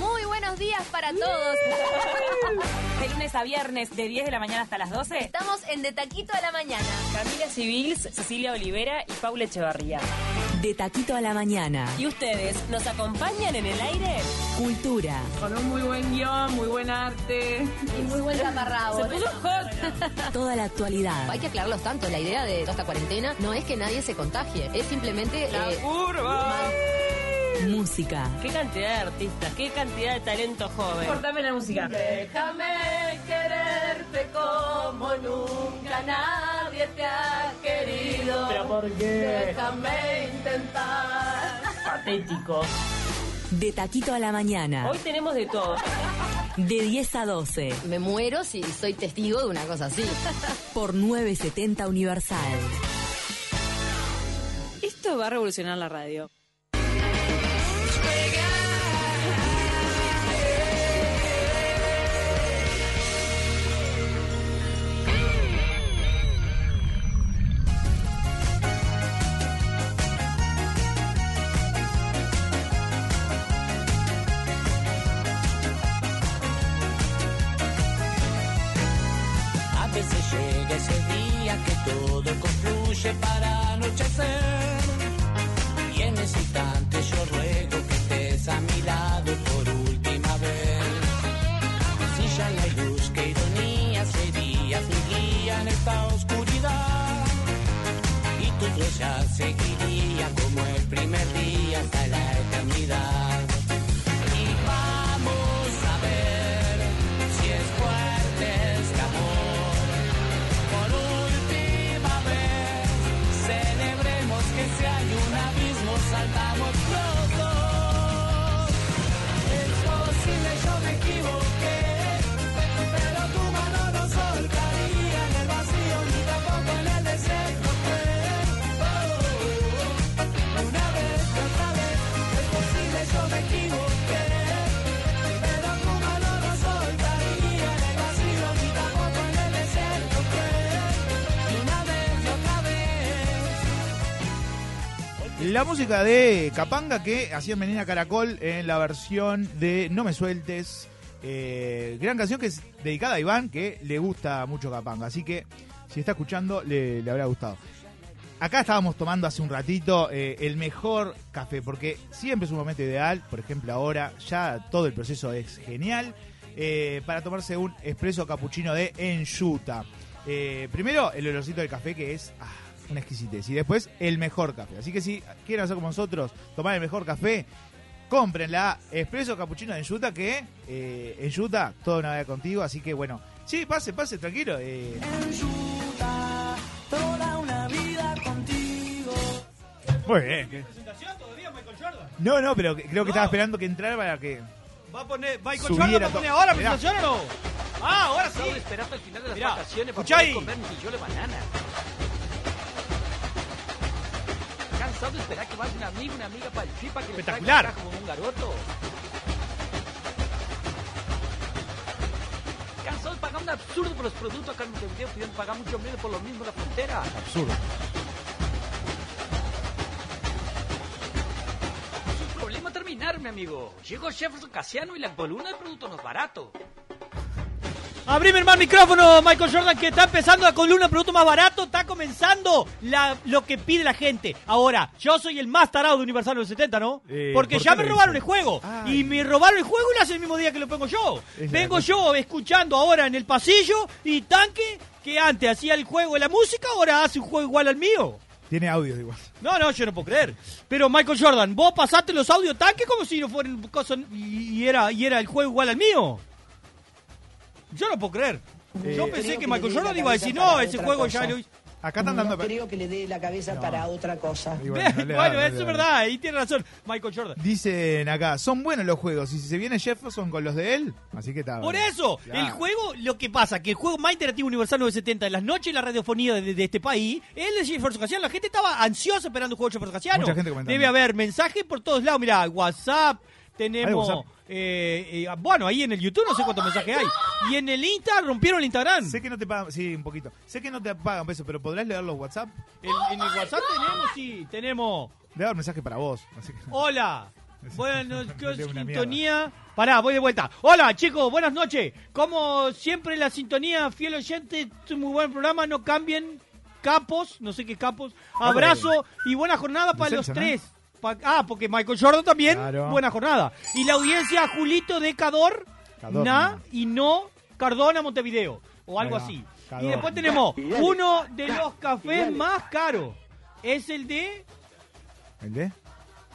S11: Muy buenos días para todos. *laughs* De lunes a viernes, de 10 de la mañana hasta las 12. Estamos en De Taquito a la Mañana. Camila Civils, Cecilia Olivera y Paula Echevarría.
S31: De Taquito a la Mañana.
S11: ¿Y ustedes nos acompañan en el aire?
S31: Cultura.
S33: Con un muy buen guión, muy buen arte.
S11: Y muy buen ¿eh? taparrabo.
S33: Se puso hot.
S31: Toda la actualidad.
S18: Hay que aclararlos tanto. La idea de toda esta cuarentena no es que nadie se contagie, es simplemente. eh,
S31: Música.
S11: Qué cantidad de artistas, qué cantidad de talento joven.
S33: Cortame la música.
S11: Déjame quererte como nunca nadie te ha querido.
S33: ¿Pero por qué?
S11: Déjame intentar.
S33: Patético.
S31: De Taquito a la Mañana.
S11: Hoy tenemos de todo.
S31: De 10 a 12.
S18: Me muero si soy testigo de una cosa así.
S31: *laughs* Por 970 Universal.
S11: Esto va a revolucionar la radio.
S10: A veces llega ese día que todo confluye para anochecer. Y en ese instante yo ruego que estés a mi lado por última vez. Si ya no hay luz, qué ironía serías mi guía en esta oscuridad. Y tu huella seguiría como el primer día hasta la eternidad. Y vamos a ver si es fuerte este amor. Por última vez, celebremos que si hay un abismo, saltamos los dos. Es posible, yo me equivoqué, pero tu mano no soltaría en el vacío ni tampoco en el desierto. fue. Oh, una vez y otra vez, es posible, yo me equivoqué. Pero tu mano no soltaría en el vacío ni tampoco en el desierto fue. Una vez y otra vez.
S16: La música de Capanga que hacía Menina Caracol en la versión de No me sueltes. eh, gran canción que es dedicada a Iván, que le gusta mucho Capanga. Así que si está escuchando, le, le habrá gustado. Acá estábamos tomando hace un ratito eh, el mejor café, porque siempre es un momento ideal. Por ejemplo, ahora ya todo el proceso es genial. eh, para tomarse un espresso cappuccino de Enyuta. Eh, primero, el olorcito del café, que es ah, una exquisitez. Y después, el mejor café. Así que si quieren hacer como nosotros, tomar el mejor café, compren la Espresso Cappuccino de Enyuta, que eh, Enyuta, todo una vez contigo. Así que bueno, sí, pase, pase, tranquilo. eh.
S9: Toda una vida contigo.
S16: Muy bien. No, no, pero que- creo que estaba esperando que entrara para que
S17: ¿Va a poner Michael Jordan?
S16: subiera
S17: ¿Va a
S16: to-
S17: poner ahora
S16: Mirá.
S17: presentación o no? Ah, ahora sí.
S20: Raúl, espera hasta el final de las
S17: Mirá,
S20: vacaciones
S17: escuchá
S20: para poder
S17: ahí.
S20: comer mejillones banana.
S23: cansado de esperar que vaya un amigo, una amiga para el sí, para que le traiga
S17: Espectacular.
S23: acá como un garoto? Cansado de pagar un absurdo por los productos acá en Montevideo, pidiendo pagar mucho menos por lo mismo en la frontera.
S17: Absurdo.
S23: Es un problema terminar, mi amigo. Llegó Jefferson Casiano y la columna de productos no es barato.
S17: Abrime el más micrófono, Michael Jordan, que está empezando la columna Producto Más Barato. Está comenzando la- lo que pide la gente. Ahora, yo soy el más tarado de Universal de los 70, ¿no?
S5: Eh,
S17: Porque
S5: ¿por
S17: ya
S5: qué
S17: me
S5: lo
S17: robaron el
S5: dices?
S17: juego.
S5: Ay.
S17: Y me robaron el juego y lo hace el mismo día que lo pongo yo.
S5: Es la
S17: Vengo
S5: cosa.
S17: yo escuchando ahora en el pasillo y Tanque, que antes hacía el juego de la música, ahora hace un juego igual al mío.
S16: Tiene audios igual.
S17: No, no, yo no puedo creer. Pero Michael Jordan, vos pasaste los audio tanques como si no fueran cosas y y era y era el juego igual al mío. Yo no puedo creer.
S16: Eh,
S17: yo pensé que Michael Jordan iba a decir, no, ese juego ya lo hice.
S16: Acá están dando- No
S7: creo que le dé la cabeza para otra cosa.
S17: Bueno, eso es verdad, ahí tiene razón Michael Jordan.
S16: Dicen acá, son buenos los juegos. Y si se viene Jefferson con los de él, así que está.
S17: Por
S16: Ah, bueno.
S17: eso,
S16: Claro.
S17: el juego, lo que pasa, que el juego más interactivo universal 970 en las noches en la radiofonía de, de este país, él es Jefferson Casiano. La gente estaba ansiosa esperando un juego de Jefferson Casiano.
S16: Mucha gente comentando.
S17: Debe haber mensajes por todos lados. Mirá, WhatsApp, tenemos.
S16: ¿Hay WhatsApp?
S17: eh, eh, bueno, ahí en el YouTube no sé cuántos mensajes hay. Y en el Insta rompieron el Instagram.
S16: Sé que no te pagan, sí, un poquito. Sé que no te pagan peso, pero podrás leer los WhatsApp.
S17: en el WhatsApp tenemos, Eh, sí, tenemos.
S16: Le dar mensaje para vos. Así que...
S17: Hola.
S16: *laughs*
S17: Buenas noches,
S16: tengo una
S17: sintonía. Pará, voy de vuelta. Hola, chicos, buenas noches. Como siempre, la sintonía, fiel oyente, es un muy buen programa, no cambien. Capos, no sé qué capos.
S16: Ah,
S17: Abrazo y buena jornada para los
S16: Deception, ¿eh?
S17: tres. Pa- ah, porque Michael Jordan también, buena jornada. Y la audiencia, Julito de Cador,
S16: Cador,
S17: Na y no Cardona Montevideo, o algo
S16: Ahí va,
S17: así.
S16: Cador.
S17: Y después tenemos
S16: Y dale.
S17: uno de los
S16: Y
S17: cafés
S16: dale.
S17: más caros. Es el de
S16: ¿El de?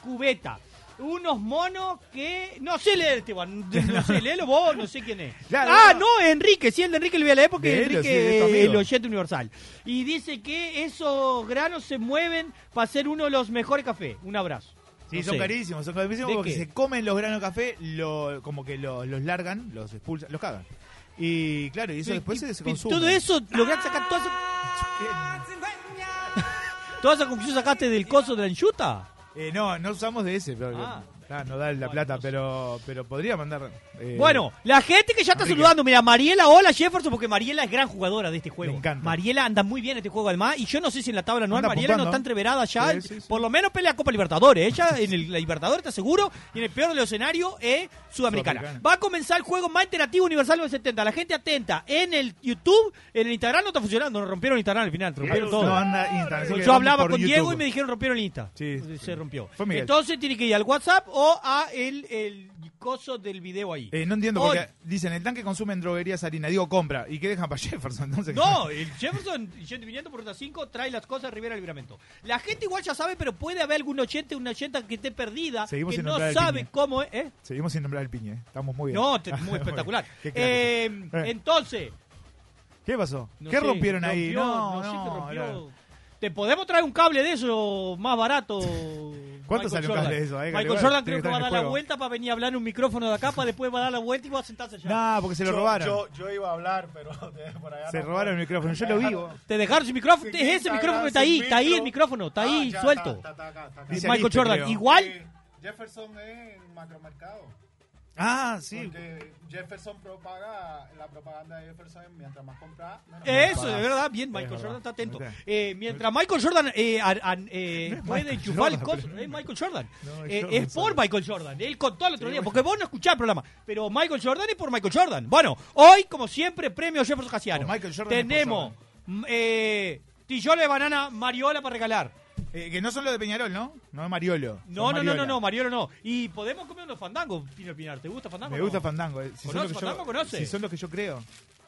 S17: cubeta. Unos monos que. No sé leer, Esteban. *laughs* No sé, léelo vos, no sé quién es.
S16: Claro.
S17: ah, no, Enrique. Sí, el de Enrique lo voy a leer porque
S16: Léelo, sí,
S17: Enrique
S16: de tu amigo.
S17: el oyente universal. Y dice que esos granos se mueven para ser uno de los mejores cafés. Un abrazo.
S16: Sí,
S17: No
S16: son
S17: sé.
S16: carísimos, son carísimos
S17: ¿De
S16: porque
S17: qué?
S16: se comen los granos de café, lo, como que lo- los largan, los expulsan, los cagan. Y claro, y eso
S17: Y-
S16: después
S17: y-
S16: se
S17: y
S16: consume.
S17: Todo eso lográs sacar toda esa. ¿Toda esa conclusión sacaste del coso de la enchuta?
S16: Eh, no, no usamos de ese. Pero,
S17: Ah.
S16: Ah, no da la plata, pero, pero podría mandar. eh,
S17: Bueno, la gente que ya está
S16: Enrique.
S17: saludando, mira, Mariela, hola Jefferson, porque Mariela es gran jugadora de este juego. Mariela anda muy bien en este juego además, y yo no sé si en la tabla anual
S16: Anda
S17: Mariela no
S16: apuntando.
S17: está entreverada
S16: Sí,
S17: ya,
S16: sí, sí.
S17: por lo menos pelea Copa Libertadores, ella en el, la Libertadores está seguro, y en el peor de los escenarios es Sudamericana.
S16: Sudamericana.
S17: Va a comenzar el juego más interactivo universal 970, la gente atenta, en el YouTube, en el Instagram no está funcionando, nos rompieron el Instagram al final, rompieron todo.
S16: No anda Instagram, así que
S17: yo
S16: vamos
S17: hablaba
S16: por
S17: con
S16: YouTube.
S17: Diego y me dijeron rompieron el Insta.
S16: Sí,
S17: se rompió.
S16: Fue Miguel.
S17: Entonces tiene que ir al WhatsApp o a el, el coso del video ahí.
S16: Eh, no entiendo
S17: Hoy-
S16: porque dicen el tanque consume en droguerías harina, digo compra, y que dejan para Jefferson, *laughs* entonces.
S17: No, el Jefferson, yendo y viniendo por ruta 5, trae las cosas a Rivera Libramento. La gente igual ya sabe, pero puede haber algún 80, un 80 que esté perdida,
S16: Seguimos
S17: que
S16: sin
S17: no
S16: nombrar el
S17: sabe
S16: Piñe.
S17: cómo es. ¿eh?
S16: Seguimos sin nombrar el piñe, eh. estamos muy bien. *laughs*
S17: No, te- muy espectacular.
S16: Qué crack.
S17: Eh,
S16: Eh.
S17: entonces,
S16: ¿Qué pasó?
S17: no
S16: ¿Qué
S17: sé,
S16: rompieron ahí?
S17: rompió,
S16: no,
S17: sé qué rompió.
S16: no.
S17: Te podemos traer un cable de eso más
S16: *laughs*
S17: barato. Michael
S16: sale un
S17: Jordan?
S16: cable de eso, eh,
S17: Michael
S16: Garibaldi? Tiene
S17: Jordan
S16: que
S17: creo que
S16: estar
S17: va a
S16: en
S17: dar
S16: el
S17: la
S16: juego.
S17: vuelta para venir a hablar en un micrófono de acá, para después va a dar la vuelta y va a sentarse allá.
S16: *laughs* No, porque se lo robaron.
S34: Yo, yo iba a hablar, pero *laughs* por allá
S16: se
S34: no
S16: robaron el micrófono, yo lo vivo.
S17: Te dejaron sin micrófono.
S34: Sí,
S17: Es ese
S34: está
S17: micrófono que está
S34: acá,
S17: ahí,
S34: sin
S17: está ahí el
S34: micro. Ah,
S17: micrófono, está ahí
S34: ya,
S17: suelto.
S34: está, está acá, está acá.
S16: Dice
S17: Michael
S16: Aliste,
S17: Jordan,
S16: creo.
S17: igual.
S34: Jefferson es en macromercado.
S16: Ah, sí.
S34: Porque Jefferson propaga la propaganda de Jefferson es mientras más compras. menos
S17: Eso,
S34: pagas.
S17: de verdad, bien, Michael Jordan está atento. Eh, mientras Michael Jordan eh, ar- an- eh, puede enchufar el coso, es Michael Jordan.
S16: es
S17: Eh,
S16: Jordan,
S17: es por Michael Jordan, él contó el otro día, porque vos no escuchás el programa, pero Michael Jordan es por Michael Jordan. Bueno, hoy, como siempre, premio Jefferson Casiano.
S16: Jordan es por
S17: Tenemos mm, eh, tillones de banana mariola para regalar.
S16: Eh, que no son los de Peñarol, ¿no? No es Mariolo.
S17: No,
S16: son
S17: no, no, no,
S16: Mariola.
S17: no, Mariolo no. Y podemos comer unos fandangos, Pino Pinar. ¿Te gusta fandango?
S16: Me
S17: o no?
S16: gusta Fandango. eh. Si son
S17: ¿Conoce
S16: los que
S17: Fandango?
S16: yo,
S17: ¿Conoce?
S16: Si son los que yo creo.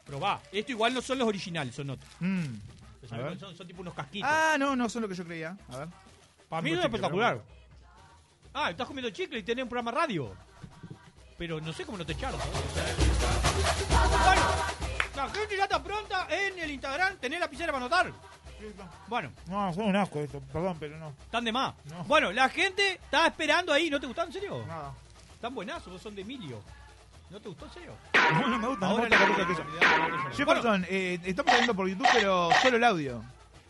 S17: Probá. Esto igual no son los originales, son otros.
S16: Mm.
S17: Son-
S16: A ver.
S17: Son, son tipo unos casquitos.
S16: Ah, no, no son los que yo creía. A ver.
S17: Para mí
S16: Tengo
S17: es
S16: chicle,
S17: espectacular. Ah, estás comiendo chicle y tenés un programa radio. Pero no sé cómo no te echaron. Bueno, la gente ya está pronta en el Instagram. Tenés la lapicera para anotar. Bueno.
S16: No, son un asco esto. Perdón, pero no. *laughs*
S17: Están de más. Bueno, la gente está esperando ahí. ¿No te gustaron, en serio? Nada. Están buenazos, vos son de Emilio. ¿No te gustó,
S16: *laughs*
S17: en serio?
S16: No, no me gusta.
S17: Ahora
S16: no me gusta
S17: la
S16: la
S17: gente-
S16: cosa que yo- Jefferson, eh, estamos hablando por YouTube, pero solo el audio.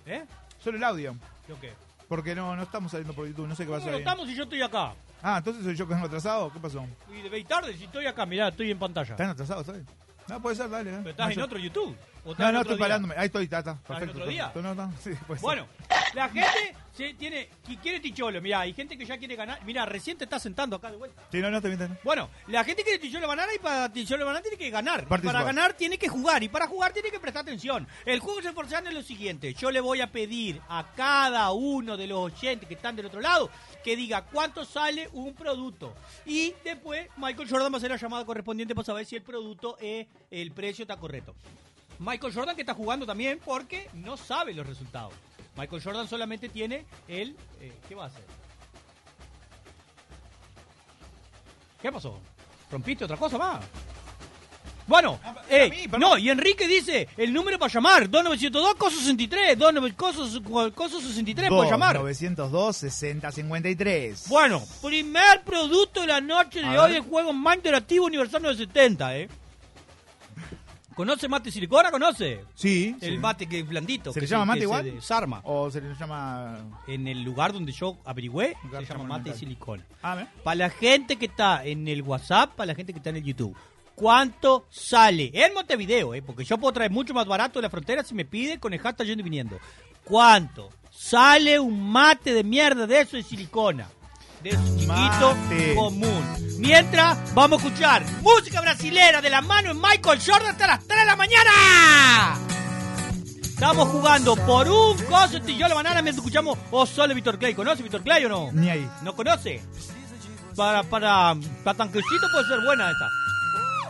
S17: ¿Eh?
S16: Solo el audio.
S17: ¿Lo qué?
S16: Porque no, no estamos saliendo por YouTube, no sé qué pasó
S17: no
S16: ahí.
S17: estamos y yo estoy acá.
S16: Ah, entonces soy yo que vengo atrasado, ¿qué pasó?
S17: Y de tarde, si estoy acá, mirá, estoy en pantalla.
S16: ¿Están atrasados, sabes? No, puede ser, dale. eh.
S17: Pero estás
S16: No,
S17: en
S16: yo-
S17: otro YouTube. ¿O estás
S16: No,
S17: en
S16: no,
S17: otro
S16: estoy
S17: día?
S16: parándome. Ahí estoy, está, está.
S17: en
S16: Perfecto.
S17: otro día?
S16: perfecto. No, no, sí, pues. puede ser.
S17: Bueno, la gente se tiene, que quiere Ticholo, mirá, hay gente que ya quiere ganar. Mirá, recién te estás sentando acá de vuelta.
S16: Sí, no, no, estoy bien, estoy bien.
S17: Bueno, la gente quiere Ticholo Banana y para Ticholo Banana tiene que ganar. Y
S16: Participar.
S17: Para ganar tiene que jugar y para jugar tiene que prestar atención. El juego se esforzan en lo siguiente. Yo le voy a pedir a cada uno de los oyentes que están del otro lado que diga cuánto sale un producto. Y después Michael Jordan va a hacer la llamada correspondiente para saber si el producto, es el precio está correcto. Michael Jordan que está jugando también porque no sabe los resultados. Michael Jordan solamente tiene el... eh, ¿Qué va a hacer? ¿Qué pasó? ¿Rompiste otra cosa más? Bueno,
S16: Ah,
S17: eh, no, y Enrique dice el número para llamar, 2902 coso 63, 2902 coso, coso 63 para llamar.
S16: 902 60 53.
S17: Bueno, primer producto de la noche de
S16: A
S17: hoy
S16: ver.
S17: el juego más interactivo universal 970, ¿eh? ¿Conoce mate silicona? ¿Conoce?
S16: Sí.
S17: El
S16: sí.
S17: mate que es blandito.
S16: ¿Se
S17: que
S16: le
S17: es
S16: llama
S17: el
S16: mate
S17: que
S16: igual?
S17: Se desarma.
S16: ¿O se le llama.?
S17: En el lugar donde yo averigüé, se llama mate
S16: monumental.
S17: silicona.
S16: Ah, ¿ves?
S17: Para la gente que está en el WhatsApp, para la gente que está en el YouTube, ¿cuánto sale? En Montevideo, ¿eh? porque yo puedo traer mucho más barato de la frontera si me pide con el hashtag yendo y viniendo. ¿Cuánto sale un mate de mierda de eso de silicona? De esos chiquitos
S16: Mate.
S17: común. Mientras, vamos a escuchar música brasilera de la mano en Michael Jordan hasta las 3 de la mañana. Estamos jugando por un coso y yo la banana mientras escuchamos O Solo Víctor Clay. ¿Conoce Víctor Clay o no?
S16: Ni ahí.
S17: ¿No conoce? Para, para, para Tanquecito puede ser buena esta.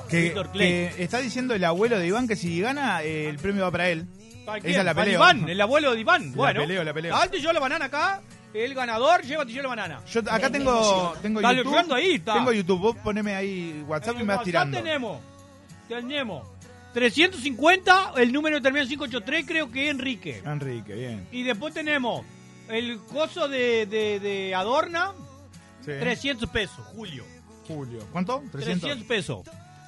S16: Que,
S17: Víctor Clay.
S16: que está diciendo el abuelo de Iván que si gana, eh, el premio va para él.
S17: ¿Para
S16: Esa la
S17: Para
S16: peleo.
S17: Iván, el abuelo de Iván.
S16: La
S17: bueno,
S16: peleo, la peleo.
S17: Date yo la banana acá. El ganador lleva yo la banana.
S16: Yo acá tengo, tengo
S17: Dale,
S16: YouTube.
S17: jugando ahí, está.
S16: Tengo YouTube. Vos poneme ahí WhatsApp y me vas
S17: Ya
S16: tirando.
S17: tenemos. Tenemos. 350, el número termina en 583, creo que Enrique.
S16: Enrique, bien.
S17: Y después tenemos el coso de, de, de Adorna,
S16: Sí.
S17: 300 pesos, Julio.
S16: Julio. ¿Cuánto?
S17: 300,
S16: 300.
S17: pesos.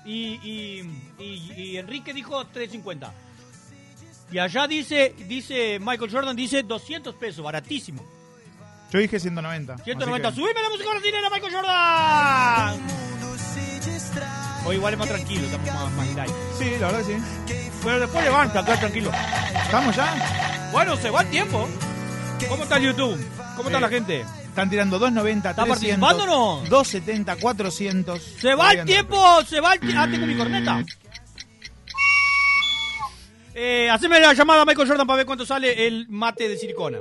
S17: Y, y, y- y Enrique dijo 350. Y allá dice, dice Michael Jordan, dice 200 pesos, baratísimo.
S16: Yo dije 190. así
S17: 190,
S16: que-
S17: subime la música brasileña, Michael Jordan. Hoy igual es más tranquilo, estamos más, más light.
S16: Sí, la verdad que sí.
S17: Pero después levanta, acá tranquilo.
S16: ¿Estamos ya?
S17: Bueno, se va el tiempo. ¿Cómo está el YouTube? ¿Cómo está
S16: Sí.
S17: la gente?
S16: Están tirando 290,
S17: ¿Está
S16: 300,
S17: participando o no?
S16: 270, 400.
S17: Se va el tiempo, se va el tiempo. Ah, tengo mi corneta. Eh, haceme la llamada a Michael Jordan para ver cuánto sale el mate de silicona.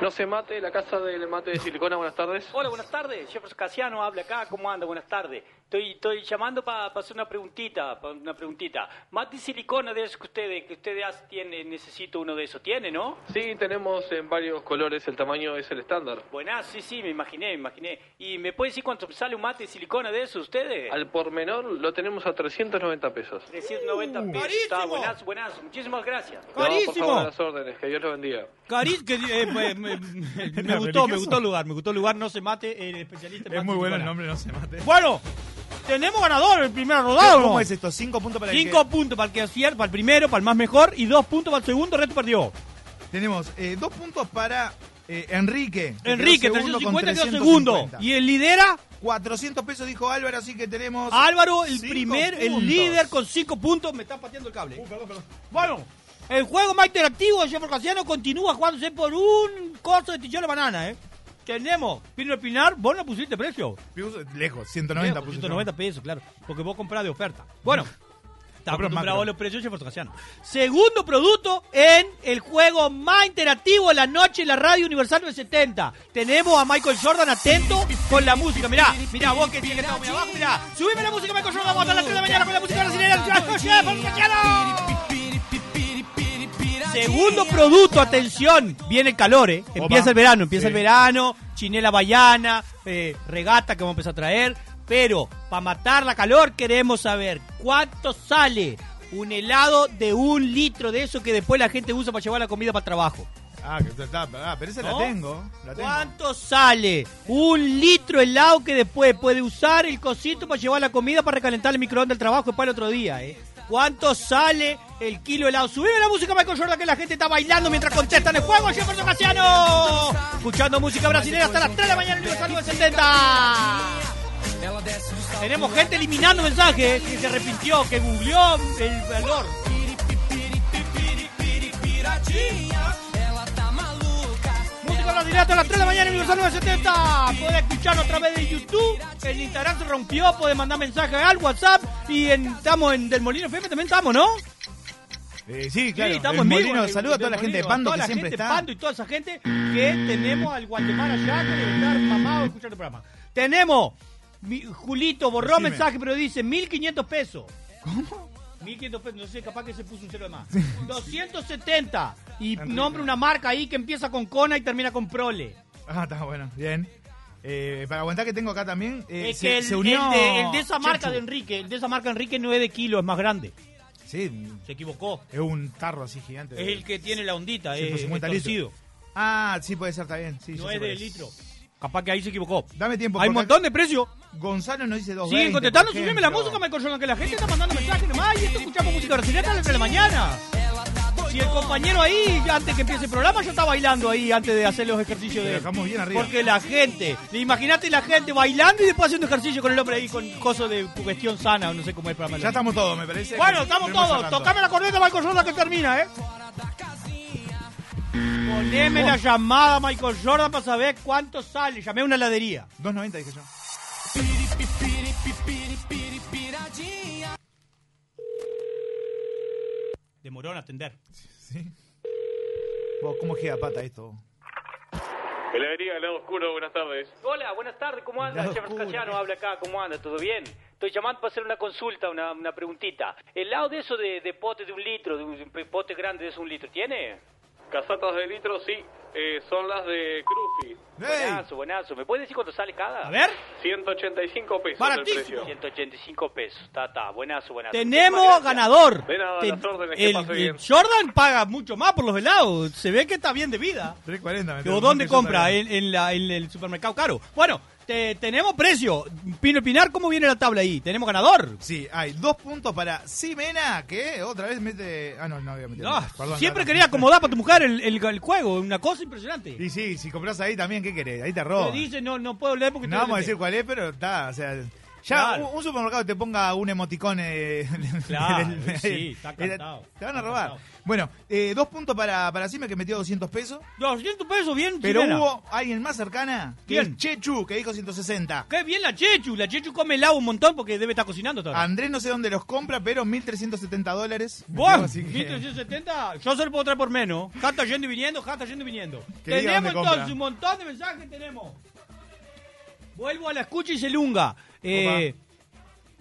S12: No se mate, la casa del mate de silicona, buenas tardes.
S23: Hola, buenas tardes. Jefferson Casiano habla acá. ¿Cómo anda? Buenas tardes. Estoy, estoy llamando para hacer una preguntita, pa una preguntita. Mate y silicona de esos que ustedes, que ustedes hacen, tienen, necesito uno de esos. ¿Tiene, no?
S12: Sí, tenemos en varios colores, el tamaño es el estándar.
S23: Buenas, sí, sí, me imaginé, me imaginé. ¿Y me puede decir cuánto sale un mate de silicona de esos ustedes?
S12: Al por menor lo tenemos a 390 pesos.
S23: 390 pesos. Está, buenas, buenas. Muchísimas gracias.
S12: No, por favor, a las órdenes, que Dios los bendiga.
S17: Cariz, que, eh, me, me-
S16: *laughs*
S17: me- me gustó, me gustó el lugar, me gustó el lugar, no se mate, el especialista. en
S16: Es
S17: mate
S16: muy bueno el
S17: silicona.
S16: nombre, no se mate.
S17: Bueno, tenemos ganador el primer rodado.
S16: ¿Cómo
S17: ¿no?
S16: es esto? ¿Cinco puntos para el
S17: Cinco puntos para el que acierta, para el primero, para el más mejor, y dos puntos para el segundo, el resto perdió.
S16: que- Tenemos eh, dos puntos para eh, Enrique. que
S17: Enrique,
S16: quedó segundo con
S17: 350 quedó segundo.
S16: 350.
S17: Y el lidera,
S16: 400 pesos dijo Álvaro, así que tenemos.
S17: Álvaro, el
S16: cinco
S17: primer,
S16: puntos. Uh,
S17: el líder con cinco puntos. Me está pateando el cable. Bueno, el juego más interactivo de Jeffrey Casiano continúa jugándose por un costo de tichón de banana, ¿eh? Tenemos, Pino del Pinar, vos no pusiste precio.
S16: Piuso, Lejos, 190
S17: Lejos,
S16: pusiste.
S17: 190 pesos, claro. Porque vos comprás de oferta. Bueno, está
S16: Compras
S17: acostumbrado
S16: macro.
S17: a los precios de Jefferson Casiano. Segundo producto en el juego más interactivo de la noche en la radio Universal 970. Tenemos a Michael Jordan atento con la música. Mirá, mirá, vos que tienes que estar muy abajo, mirá. Subime la música, Michael Jordan, vamos a estar a las 3 de la mañana con la música brasileña. Jefferson
S16: Ah,
S17: Casiano. Segundo producto, atención, viene el calor, ¿eh? Empieza el verano, empieza
S16: Sí.
S17: el verano, chinela baiana, eh, regata que vamos a empezar a traer. Pero para matar la calor queremos saber cuánto sale un helado de un litro de eso que después la gente usa para llevar la comida para el trabajo.
S16: Ah, que está, ah, pero esa
S17: ¿No?
S16: la tengo. La tengo.
S17: ¿Cuánto sale un litro de helado que después puede usar el cosito para llevar la comida para recalentar el microondas del trabajo y para el otro día? eh? ¿Cuánto sale El kilo helado. Subime la música, Michael Jordan, que la gente está bailando mientras contestan el juego. Jefferson Casiano. Escuchando música brasileña hasta las 3 de la mañana, aniversario del 70. Tenemos gente eliminando mensajes eh, que se arrepintió, que googleó el valor. Música brasileña hasta las 3 de la mañana, Universal 970. Podés escucharnos a través de YouTube. El Instagram se rompió. Podés mandar mensajes al WhatsApp. Y en- estamos en Del Molino FM. También estamos, ¿no?
S16: Eh, sí, claro.
S17: Sí, estamos
S16: El
S17: en vivo,
S16: Molino,
S17: en-
S16: saluda a
S17: en
S16: toda
S17: el
S16: la gente de
S17: Molino,
S16: Pando
S17: toda
S16: que
S17: la
S16: siempre
S17: gente
S16: está.
S17: de Pando y toda esa gente que tenemos al Guatemala allá que debe estar mamado escuchando el programa. Tenemos, mi- Julito borró
S16: Decime.
S17: mensaje, pero dice 1.500 pesos. ¿Cómo? 1.500 pesos, no sé, capaz que se puso un cero de más. 270. Y nombra una marca ahí que empieza con Cona y termina con Prole.
S16: Ah, está bueno, bien. Eh, para aguantar que tengo acá también, eh,
S17: es
S16: se,
S17: que el,
S16: se unió
S17: el de, el de esa marca
S16: Chechu.
S17: de Enrique, el de esa marca Enrique 9 kilos, es más grande.
S16: Sí,
S17: se equivocó.
S16: Es un tarro así gigante.
S17: Es el que tiene la ondita,
S16: Sí,
S17: eh,
S16: por 50
S17: es
S16: litros.
S17: torcido.
S16: Ah, sí, puede ser, está bien. Sí, ya
S17: No
S16: sé
S17: es
S16: cuál
S17: de litro. Capaz que ahí se equivocó.
S16: Dame tiempo.
S17: Hay un
S16: porque
S17: montón de precios.
S16: Gonzalo nos dice dos.
S17: Siguen contestando, subime la música, Michael Jordan, que la gente está mandando mensajes nomás y esto escuchamos música brasileña a las 3 de la mañana. Si el compañero ahí, ya antes que empiece el programa, ya está bailando ahí antes de hacer los ejercicios de.
S16: dejamos bien arriba.
S17: Porque la gente, imagínate la gente bailando y después haciendo ejercicio con el hombre ahí con cosas de cuestión sana, o no sé cómo es el programa.
S16: Ya estamos todos, me parece.
S17: Bueno, estamos
S16: Tenemos
S17: todos.
S16: cerrando.
S17: Tocame la corneta, Michael Jordan, que termina, ¿eh? Poneme la llamada, Michael Jordan, para saber cuánto sale. Llamé a una heladería.
S16: 2.90 dije yo.
S17: Demoró en atender.
S16: Sí. Vos, ¿Cómo gira pata esto?
S12: Heladería Lado Oscuro, buenas tardes.
S23: Hola, buenas tardes, ¿cómo anda?
S16: Lado
S23: Jefferson
S16: oscuro.
S23: Casiano habla acá, ¿cómo anda? ¿Todo bien? Estoy llamando para hacer una consulta, una, una preguntita. ¿El lado de eso de, de pote de un litro, de un pote grande de eso un litro, tiene?
S12: Casatas de litro, sí, eh, son las de Crufi.
S23: Buenazo, buenazo. ¿Me puede decir cuánto sale cada?
S17: A ver.
S12: 185 pesos el precio.
S23: 185 pesos, está, está, buenazo, buenazo.
S17: Tenemos ganador.
S23: De nada,
S17: Ten-
S23: las órdenes, que
S17: el,
S23: pase
S17: el
S23: bien.
S17: Jordan paga mucho más por los helados. Se ve que está bien de vida.
S16: 3.40. me
S17: ¿O dónde compra? En, en la- en el supermercado caro. Bueno, te- tenemos precio. Pino Pinar, ¿cómo viene la tabla ahí? ¿Tenemos ganador?
S16: Sí, hay dos puntos para Simena, que otra vez mete. Ah, no, no había metido.
S17: No,
S16: Perdón, no,
S17: siempre
S16: no.
S17: quería acomodar para tu mujer el, el- el juego. Una cosa impresionante.
S16: Y sí, si compras ahí también, ¿qué querés? Ahí te
S17: Me
S16: roban.
S17: dice, no, no puedo leer porque
S16: No
S17: estoy
S16: vamos a
S17: leyendo.
S16: decir cuál es, pero está, o sea... Ya
S17: Claro.
S16: un, un supermercado te ponga un emoticón... eh, *laughs*
S17: Claro, sí, está cantado.
S16: Te van a robar. Bueno, eh, dos puntos para, para Sime, que metió 200 pesos.
S17: 200 pesos, bien,
S16: Pero
S17: Jimena.
S16: hubo alguien más cercana, que
S17: ¿Quién?
S16: es Chechu, que dijo 160.
S17: Qué bien la Chechu. La Chechu come helado un montón porque debe estar cocinando todavía.
S16: Andrés no sé dónde los compra, pero 1.370 dólares. *laughs*
S17: Buah,
S16: Así que-
S17: 1370, ah, yo se lo puedo traer por menos. Ja está yendo y viniendo, ja está yendo y viniendo.
S16: Que diga dónde
S17: tenemos
S16: compra.
S17: entonces un montón de mensajes tenemos. Vuelvo a la escucha y se lunga. Eh,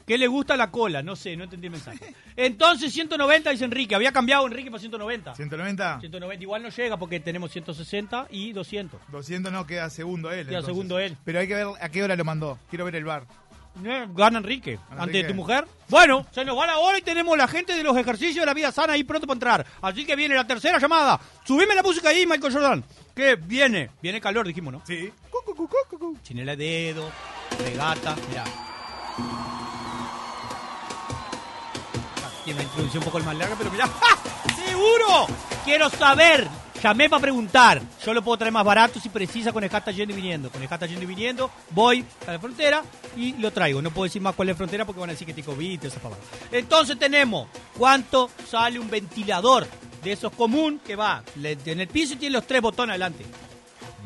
S17: ¿Qué le gusta la cola? No sé, no entendí el mensaje. Entonces 190 dice Enrique. Había cambiado Enrique para 190.
S16: 190.
S17: 190 igual no llega porque tenemos 160 y 200.
S16: 200 no, queda segundo él.
S17: Queda
S16: entonces.
S17: segundo él.
S16: Pero hay que ver a qué hora lo mandó. Quiero ver el bar.
S17: No, Gana Enrique,
S16: Gana
S17: ante
S16: Enrique.
S17: tu mujer. Bueno, se nos va la hora y tenemos la gente de los ejercicios de la vida sana ahí pronto para entrar. Así que viene la tercera llamada. Subime la música ahí, Michael Jordan. Que viene, viene calor, dijimos, ¿no?
S16: Sí.
S17: Chinela de dedo, regata, mirá. Tiene una introducción un poco más larga, pero mirá. *laughs* ¡Ja! ¡Seguro! Quiero saber. Llamé para preguntar. Yo lo puedo traer más barato si precisa con el hashtag yendo y viniendo. Con el hashtag yendo y viniendo, voy a la frontera y lo traigo. No puedo decir más cuál es la frontera porque van a decir que te COVID, esas palabras. Entonces tenemos cuánto sale un ventilador de esos común que va le- en el piso y tiene los tres botones adelante.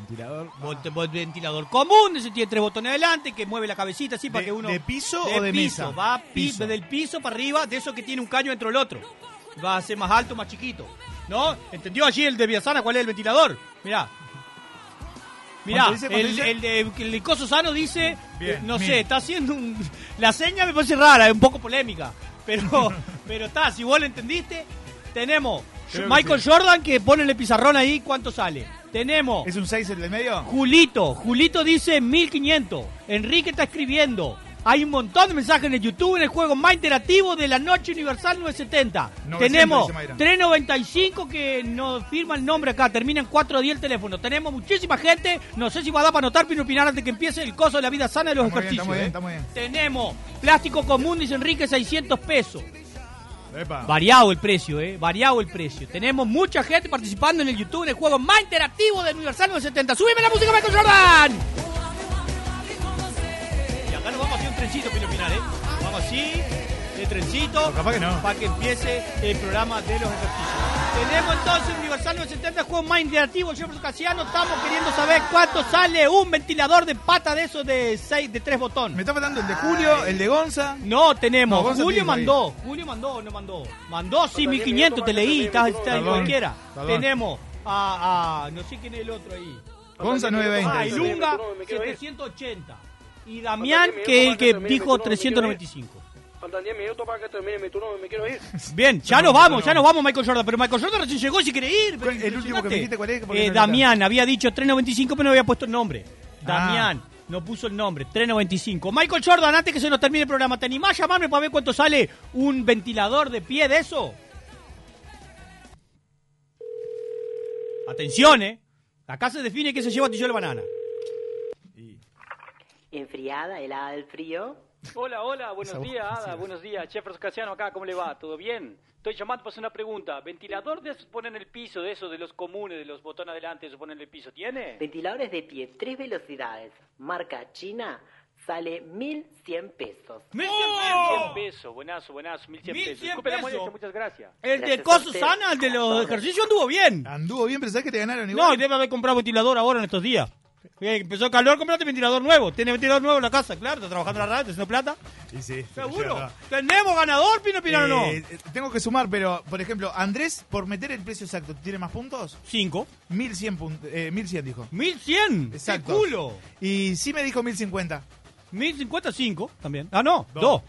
S16: Ventilador.
S17: Volte- vol- Ventilador común, ese tiene tres botones adelante, que mueve la cabecita así para que uno.
S16: de piso o de
S17: piso,
S16: mesa?
S17: Va pi-
S16: Piso.
S17: del piso para arriba, de eso que tiene un caño dentro del otro. Va a ser más alto, más chiquito. ¿No? ¿Entendió allí el de Villasana cuál es el ventilador? Mirá. Mirá,
S16: ¿Cuánto dice?
S17: el,
S16: ¿Cuánto dice?
S17: el de- el de Coso Sano dice.
S16: Bien,
S17: eh, no
S16: mil.
S17: sé, está haciendo un. La seña me parece rara, es un poco polémica.
S16: *laughs*
S17: Pero, pero está, si vos lo entendiste, tenemos.
S16: Creo que
S17: Michael
S16: sí.
S17: Jordan que pone el pizarrón ahí, ¿cuánto sale? Tenemos.
S16: ¿Es un 6 el del medio?
S17: Julito, Julito dice 1500. Enrique está escribiendo. Hay un montón de mensajes en el YouTube, en el juego más interactivo de la Noche Universal 970.
S16: 900
S17: Tenemos
S16: dice Mayra.
S17: 395 que nos firma el nombre acá. Termina en 410 el teléfono. Tenemos muchísima gente. No sé si va a dar para anotar, Pino Pinar, antes que empiece el coso de la vida sana de los
S16: Está muy bien,
S17: ejercicios.
S16: está muy bien,
S17: ¿eh?
S16: está muy bien.
S17: Tenemos plástico común, dice Enrique, 600 pesos.
S16: Epa.
S17: Variado el precio, ¿eh? Variado el precio. Tenemos mucha gente participando en el YouTube, en el juego más interactivo del Universal 970. ¡Súbeme la música, Michael Jordan! Y acá nos vamos a hacer un trencito, Pino Final, ¿eh? Vamos así, de trencito.
S16: capaz que no.
S17: Para que empiece el programa de los ejercicios. Tenemos entonces Universal 970, el juego más interactivo, el señor Casiano. Estamos queriendo saber cuánto sale un ventilador de pata de esos de seis, de tres botones. Me
S16: está faltando el de Julio, el de Gonza.
S17: No, tenemos.
S16: No, Gonza
S17: Julio
S16: tiene ahí.
S17: mandó. Julio mandó o no mandó. Mandó, sí, 1500, te leí, estás estás en
S16: Perdón,
S17: cualquiera.
S16: perdón.
S17: Tenemos a, a- Ah, No sé quién es el otro ahí.
S16: Gonza 920.
S17: Ah, Ilunga, 780. Y Damián, que es el que dijo 395.
S4: Faltan 10 minutos para que termine mi turno y me quiero ir.
S17: Bien, ya nos vamos, ya nos vamos, Michael Jordan. Pero Michael Jordan recién llegó si quiere ir. pero
S16: El último que me dijiste, ¿cuál es? Porque
S17: eh,
S16: no lo
S17: Damián había dicho 3.95, pero no había puesto el nombre.
S16: Ah.
S17: Damián no puso el nombre, 3.95. Michael Jordan, antes que se nos termine el programa, ¿te animás a llamarme para ver cuánto sale un ventilador de pie de eso? Atención, eh. Acá se define que se lleva Tillo la banana.
S5: Enfriada, helada del frío.
S23: Hola, hola, Ah, buenos días, Ada, buenos días. Jefferson Casiano acá, ¿cómo le va? ¿Todo bien? Estoy llamando para hacer una pregunta. ¿Ventilador de esos ponen el piso, de esos de los comunes, de los botones adelante, esos ponen el piso? ¿Tiene?
S5: Ventiladores de pie, tres velocidades. Marca China, sale 1100 pesos.
S23: 1100 pesos, buenazo, buenazo, 1100 pesos.
S17: 1100
S23: Disculpe la
S17: pesos.
S23: molestia, muchas gracias.
S17: El de
S23: Gracias a
S17: Coso
S23: usted.
S17: Sana, el de los ejercicios, anduvo bien.
S16: Anduvo bien, pero sabes que te ganaron
S17: igual. No, y debe haber comprado ventilador ahora en estos días. Eh, Empezó el calor, comprate ventilador nuevo. Tiene ventilador nuevo en la casa, claro. Está trabajando en la radio, está haciendo plata.
S16: Y sí,
S17: Seguro.
S16: ya está.
S17: ¿Tenemos ganador, Pino Pirano? no?
S16: Eh, eh, tengo que sumar, pero, por ejemplo, Andrés, por meter el precio exacto, ¿tiene más puntos?
S17: Cinco.
S16: 1100, pun- eh, 1100 dijo.
S17: ¿1100?
S16: Exacto.
S17: ¡Qué culo!
S16: Y sí me dijo 1050.
S17: 1050, 5 también. Ah, no,
S16: Dos.
S17: 2.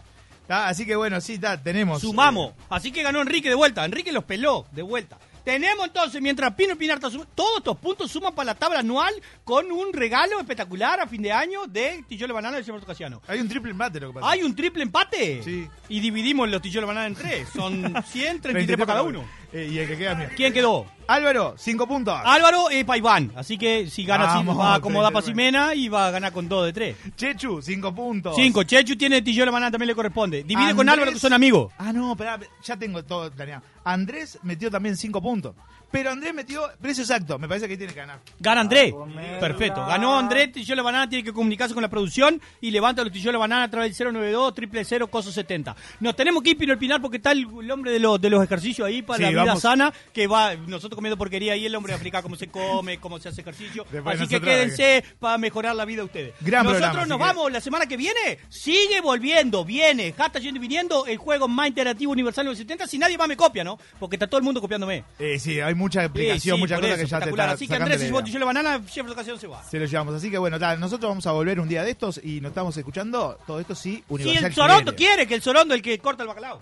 S16: Ah, así que bueno, sí, está, tenemos. eh,
S17: Sumamos. Así que ganó Enrique de vuelta. Enrique los peló de vuelta. Tenemos entonces, mientras Pino Pinarta suma, todos estos puntos suman para la tabla anual con un regalo espectacular a fin de año de Tillole Banana del señor Casiano.
S16: Hay un triple empate lo que pasa.
S17: ¿Hay un triple empate? Sí. Y dividimos los Tillole Banana en tres.
S16: *laughs*
S17: Son 100, 33 para cada uno.
S16: Eh, y el que queda mío.
S17: ¿Quién quedó?
S16: Álvaro, 5 puntos.
S17: Álvaro es para Iván. Así que si gana, así,
S16: Vamos,
S17: va a acomodar para
S16: 33.
S17: Simena y va a ganar con 2 de 3.
S16: Chechu, 5 puntos.
S17: 5. Chechu tiene Tillole Banana, también le corresponde. Divide con
S16: Andrés-
S17: Álvaro, que son amigos.
S16: Ah, no, espera, ya tengo todo planeado. Andrés metió también 5 puntos. Pero Andrés metió precio exacto. Me parece que tiene que ganar.
S17: Gana André. Perfecto. Ganó André, Tillolo Banana tiene que comunicarse con la producción y levanta los Tillolo Banana a través del 092 000 coso 70. Nos tenemos que ir Pino el Pinar porque está el, el hombre de, los de los ejercicios ahí para
S16: Sí,
S17: la vida
S16: vamos.
S17: sana que va nosotros comiendo porquería y el hombre africano cómo se come, cómo se hace ejercicio.
S16: Después
S17: Así que
S16: nosotros-
S17: quédense para mejorar la vida de ustedes.
S16: Gran
S17: nosotros
S16: programa,
S17: nos
S16: así que-
S17: vamos la semana que viene. Sigue volviendo, viene, está yendo y viniendo el juego más interactivo universal de los 70 si nadie más me copia, ¿no? Porque está todo el mundo copiándome.
S16: Eh, sí, hay mucha explicación,
S17: Sí, sí,
S16: muchas
S17: por
S16: cosas
S17: eso,
S16: que ya te
S17: espectacular.
S16: está
S17: Así que
S16: sacando
S17: Andrés,
S16: la
S17: si
S16: idea.
S17: vos te la banana, Jeff Ocasión se va.
S16: Se lo llevamos. Así que bueno, ta, nosotros vamos a volver un día de estos y nos estamos escuchando todo esto sí
S17: Si
S16: Universal
S17: el
S16: quiere.
S17: Sorondo quiere, que el Sorondo es el que corta el bacalao.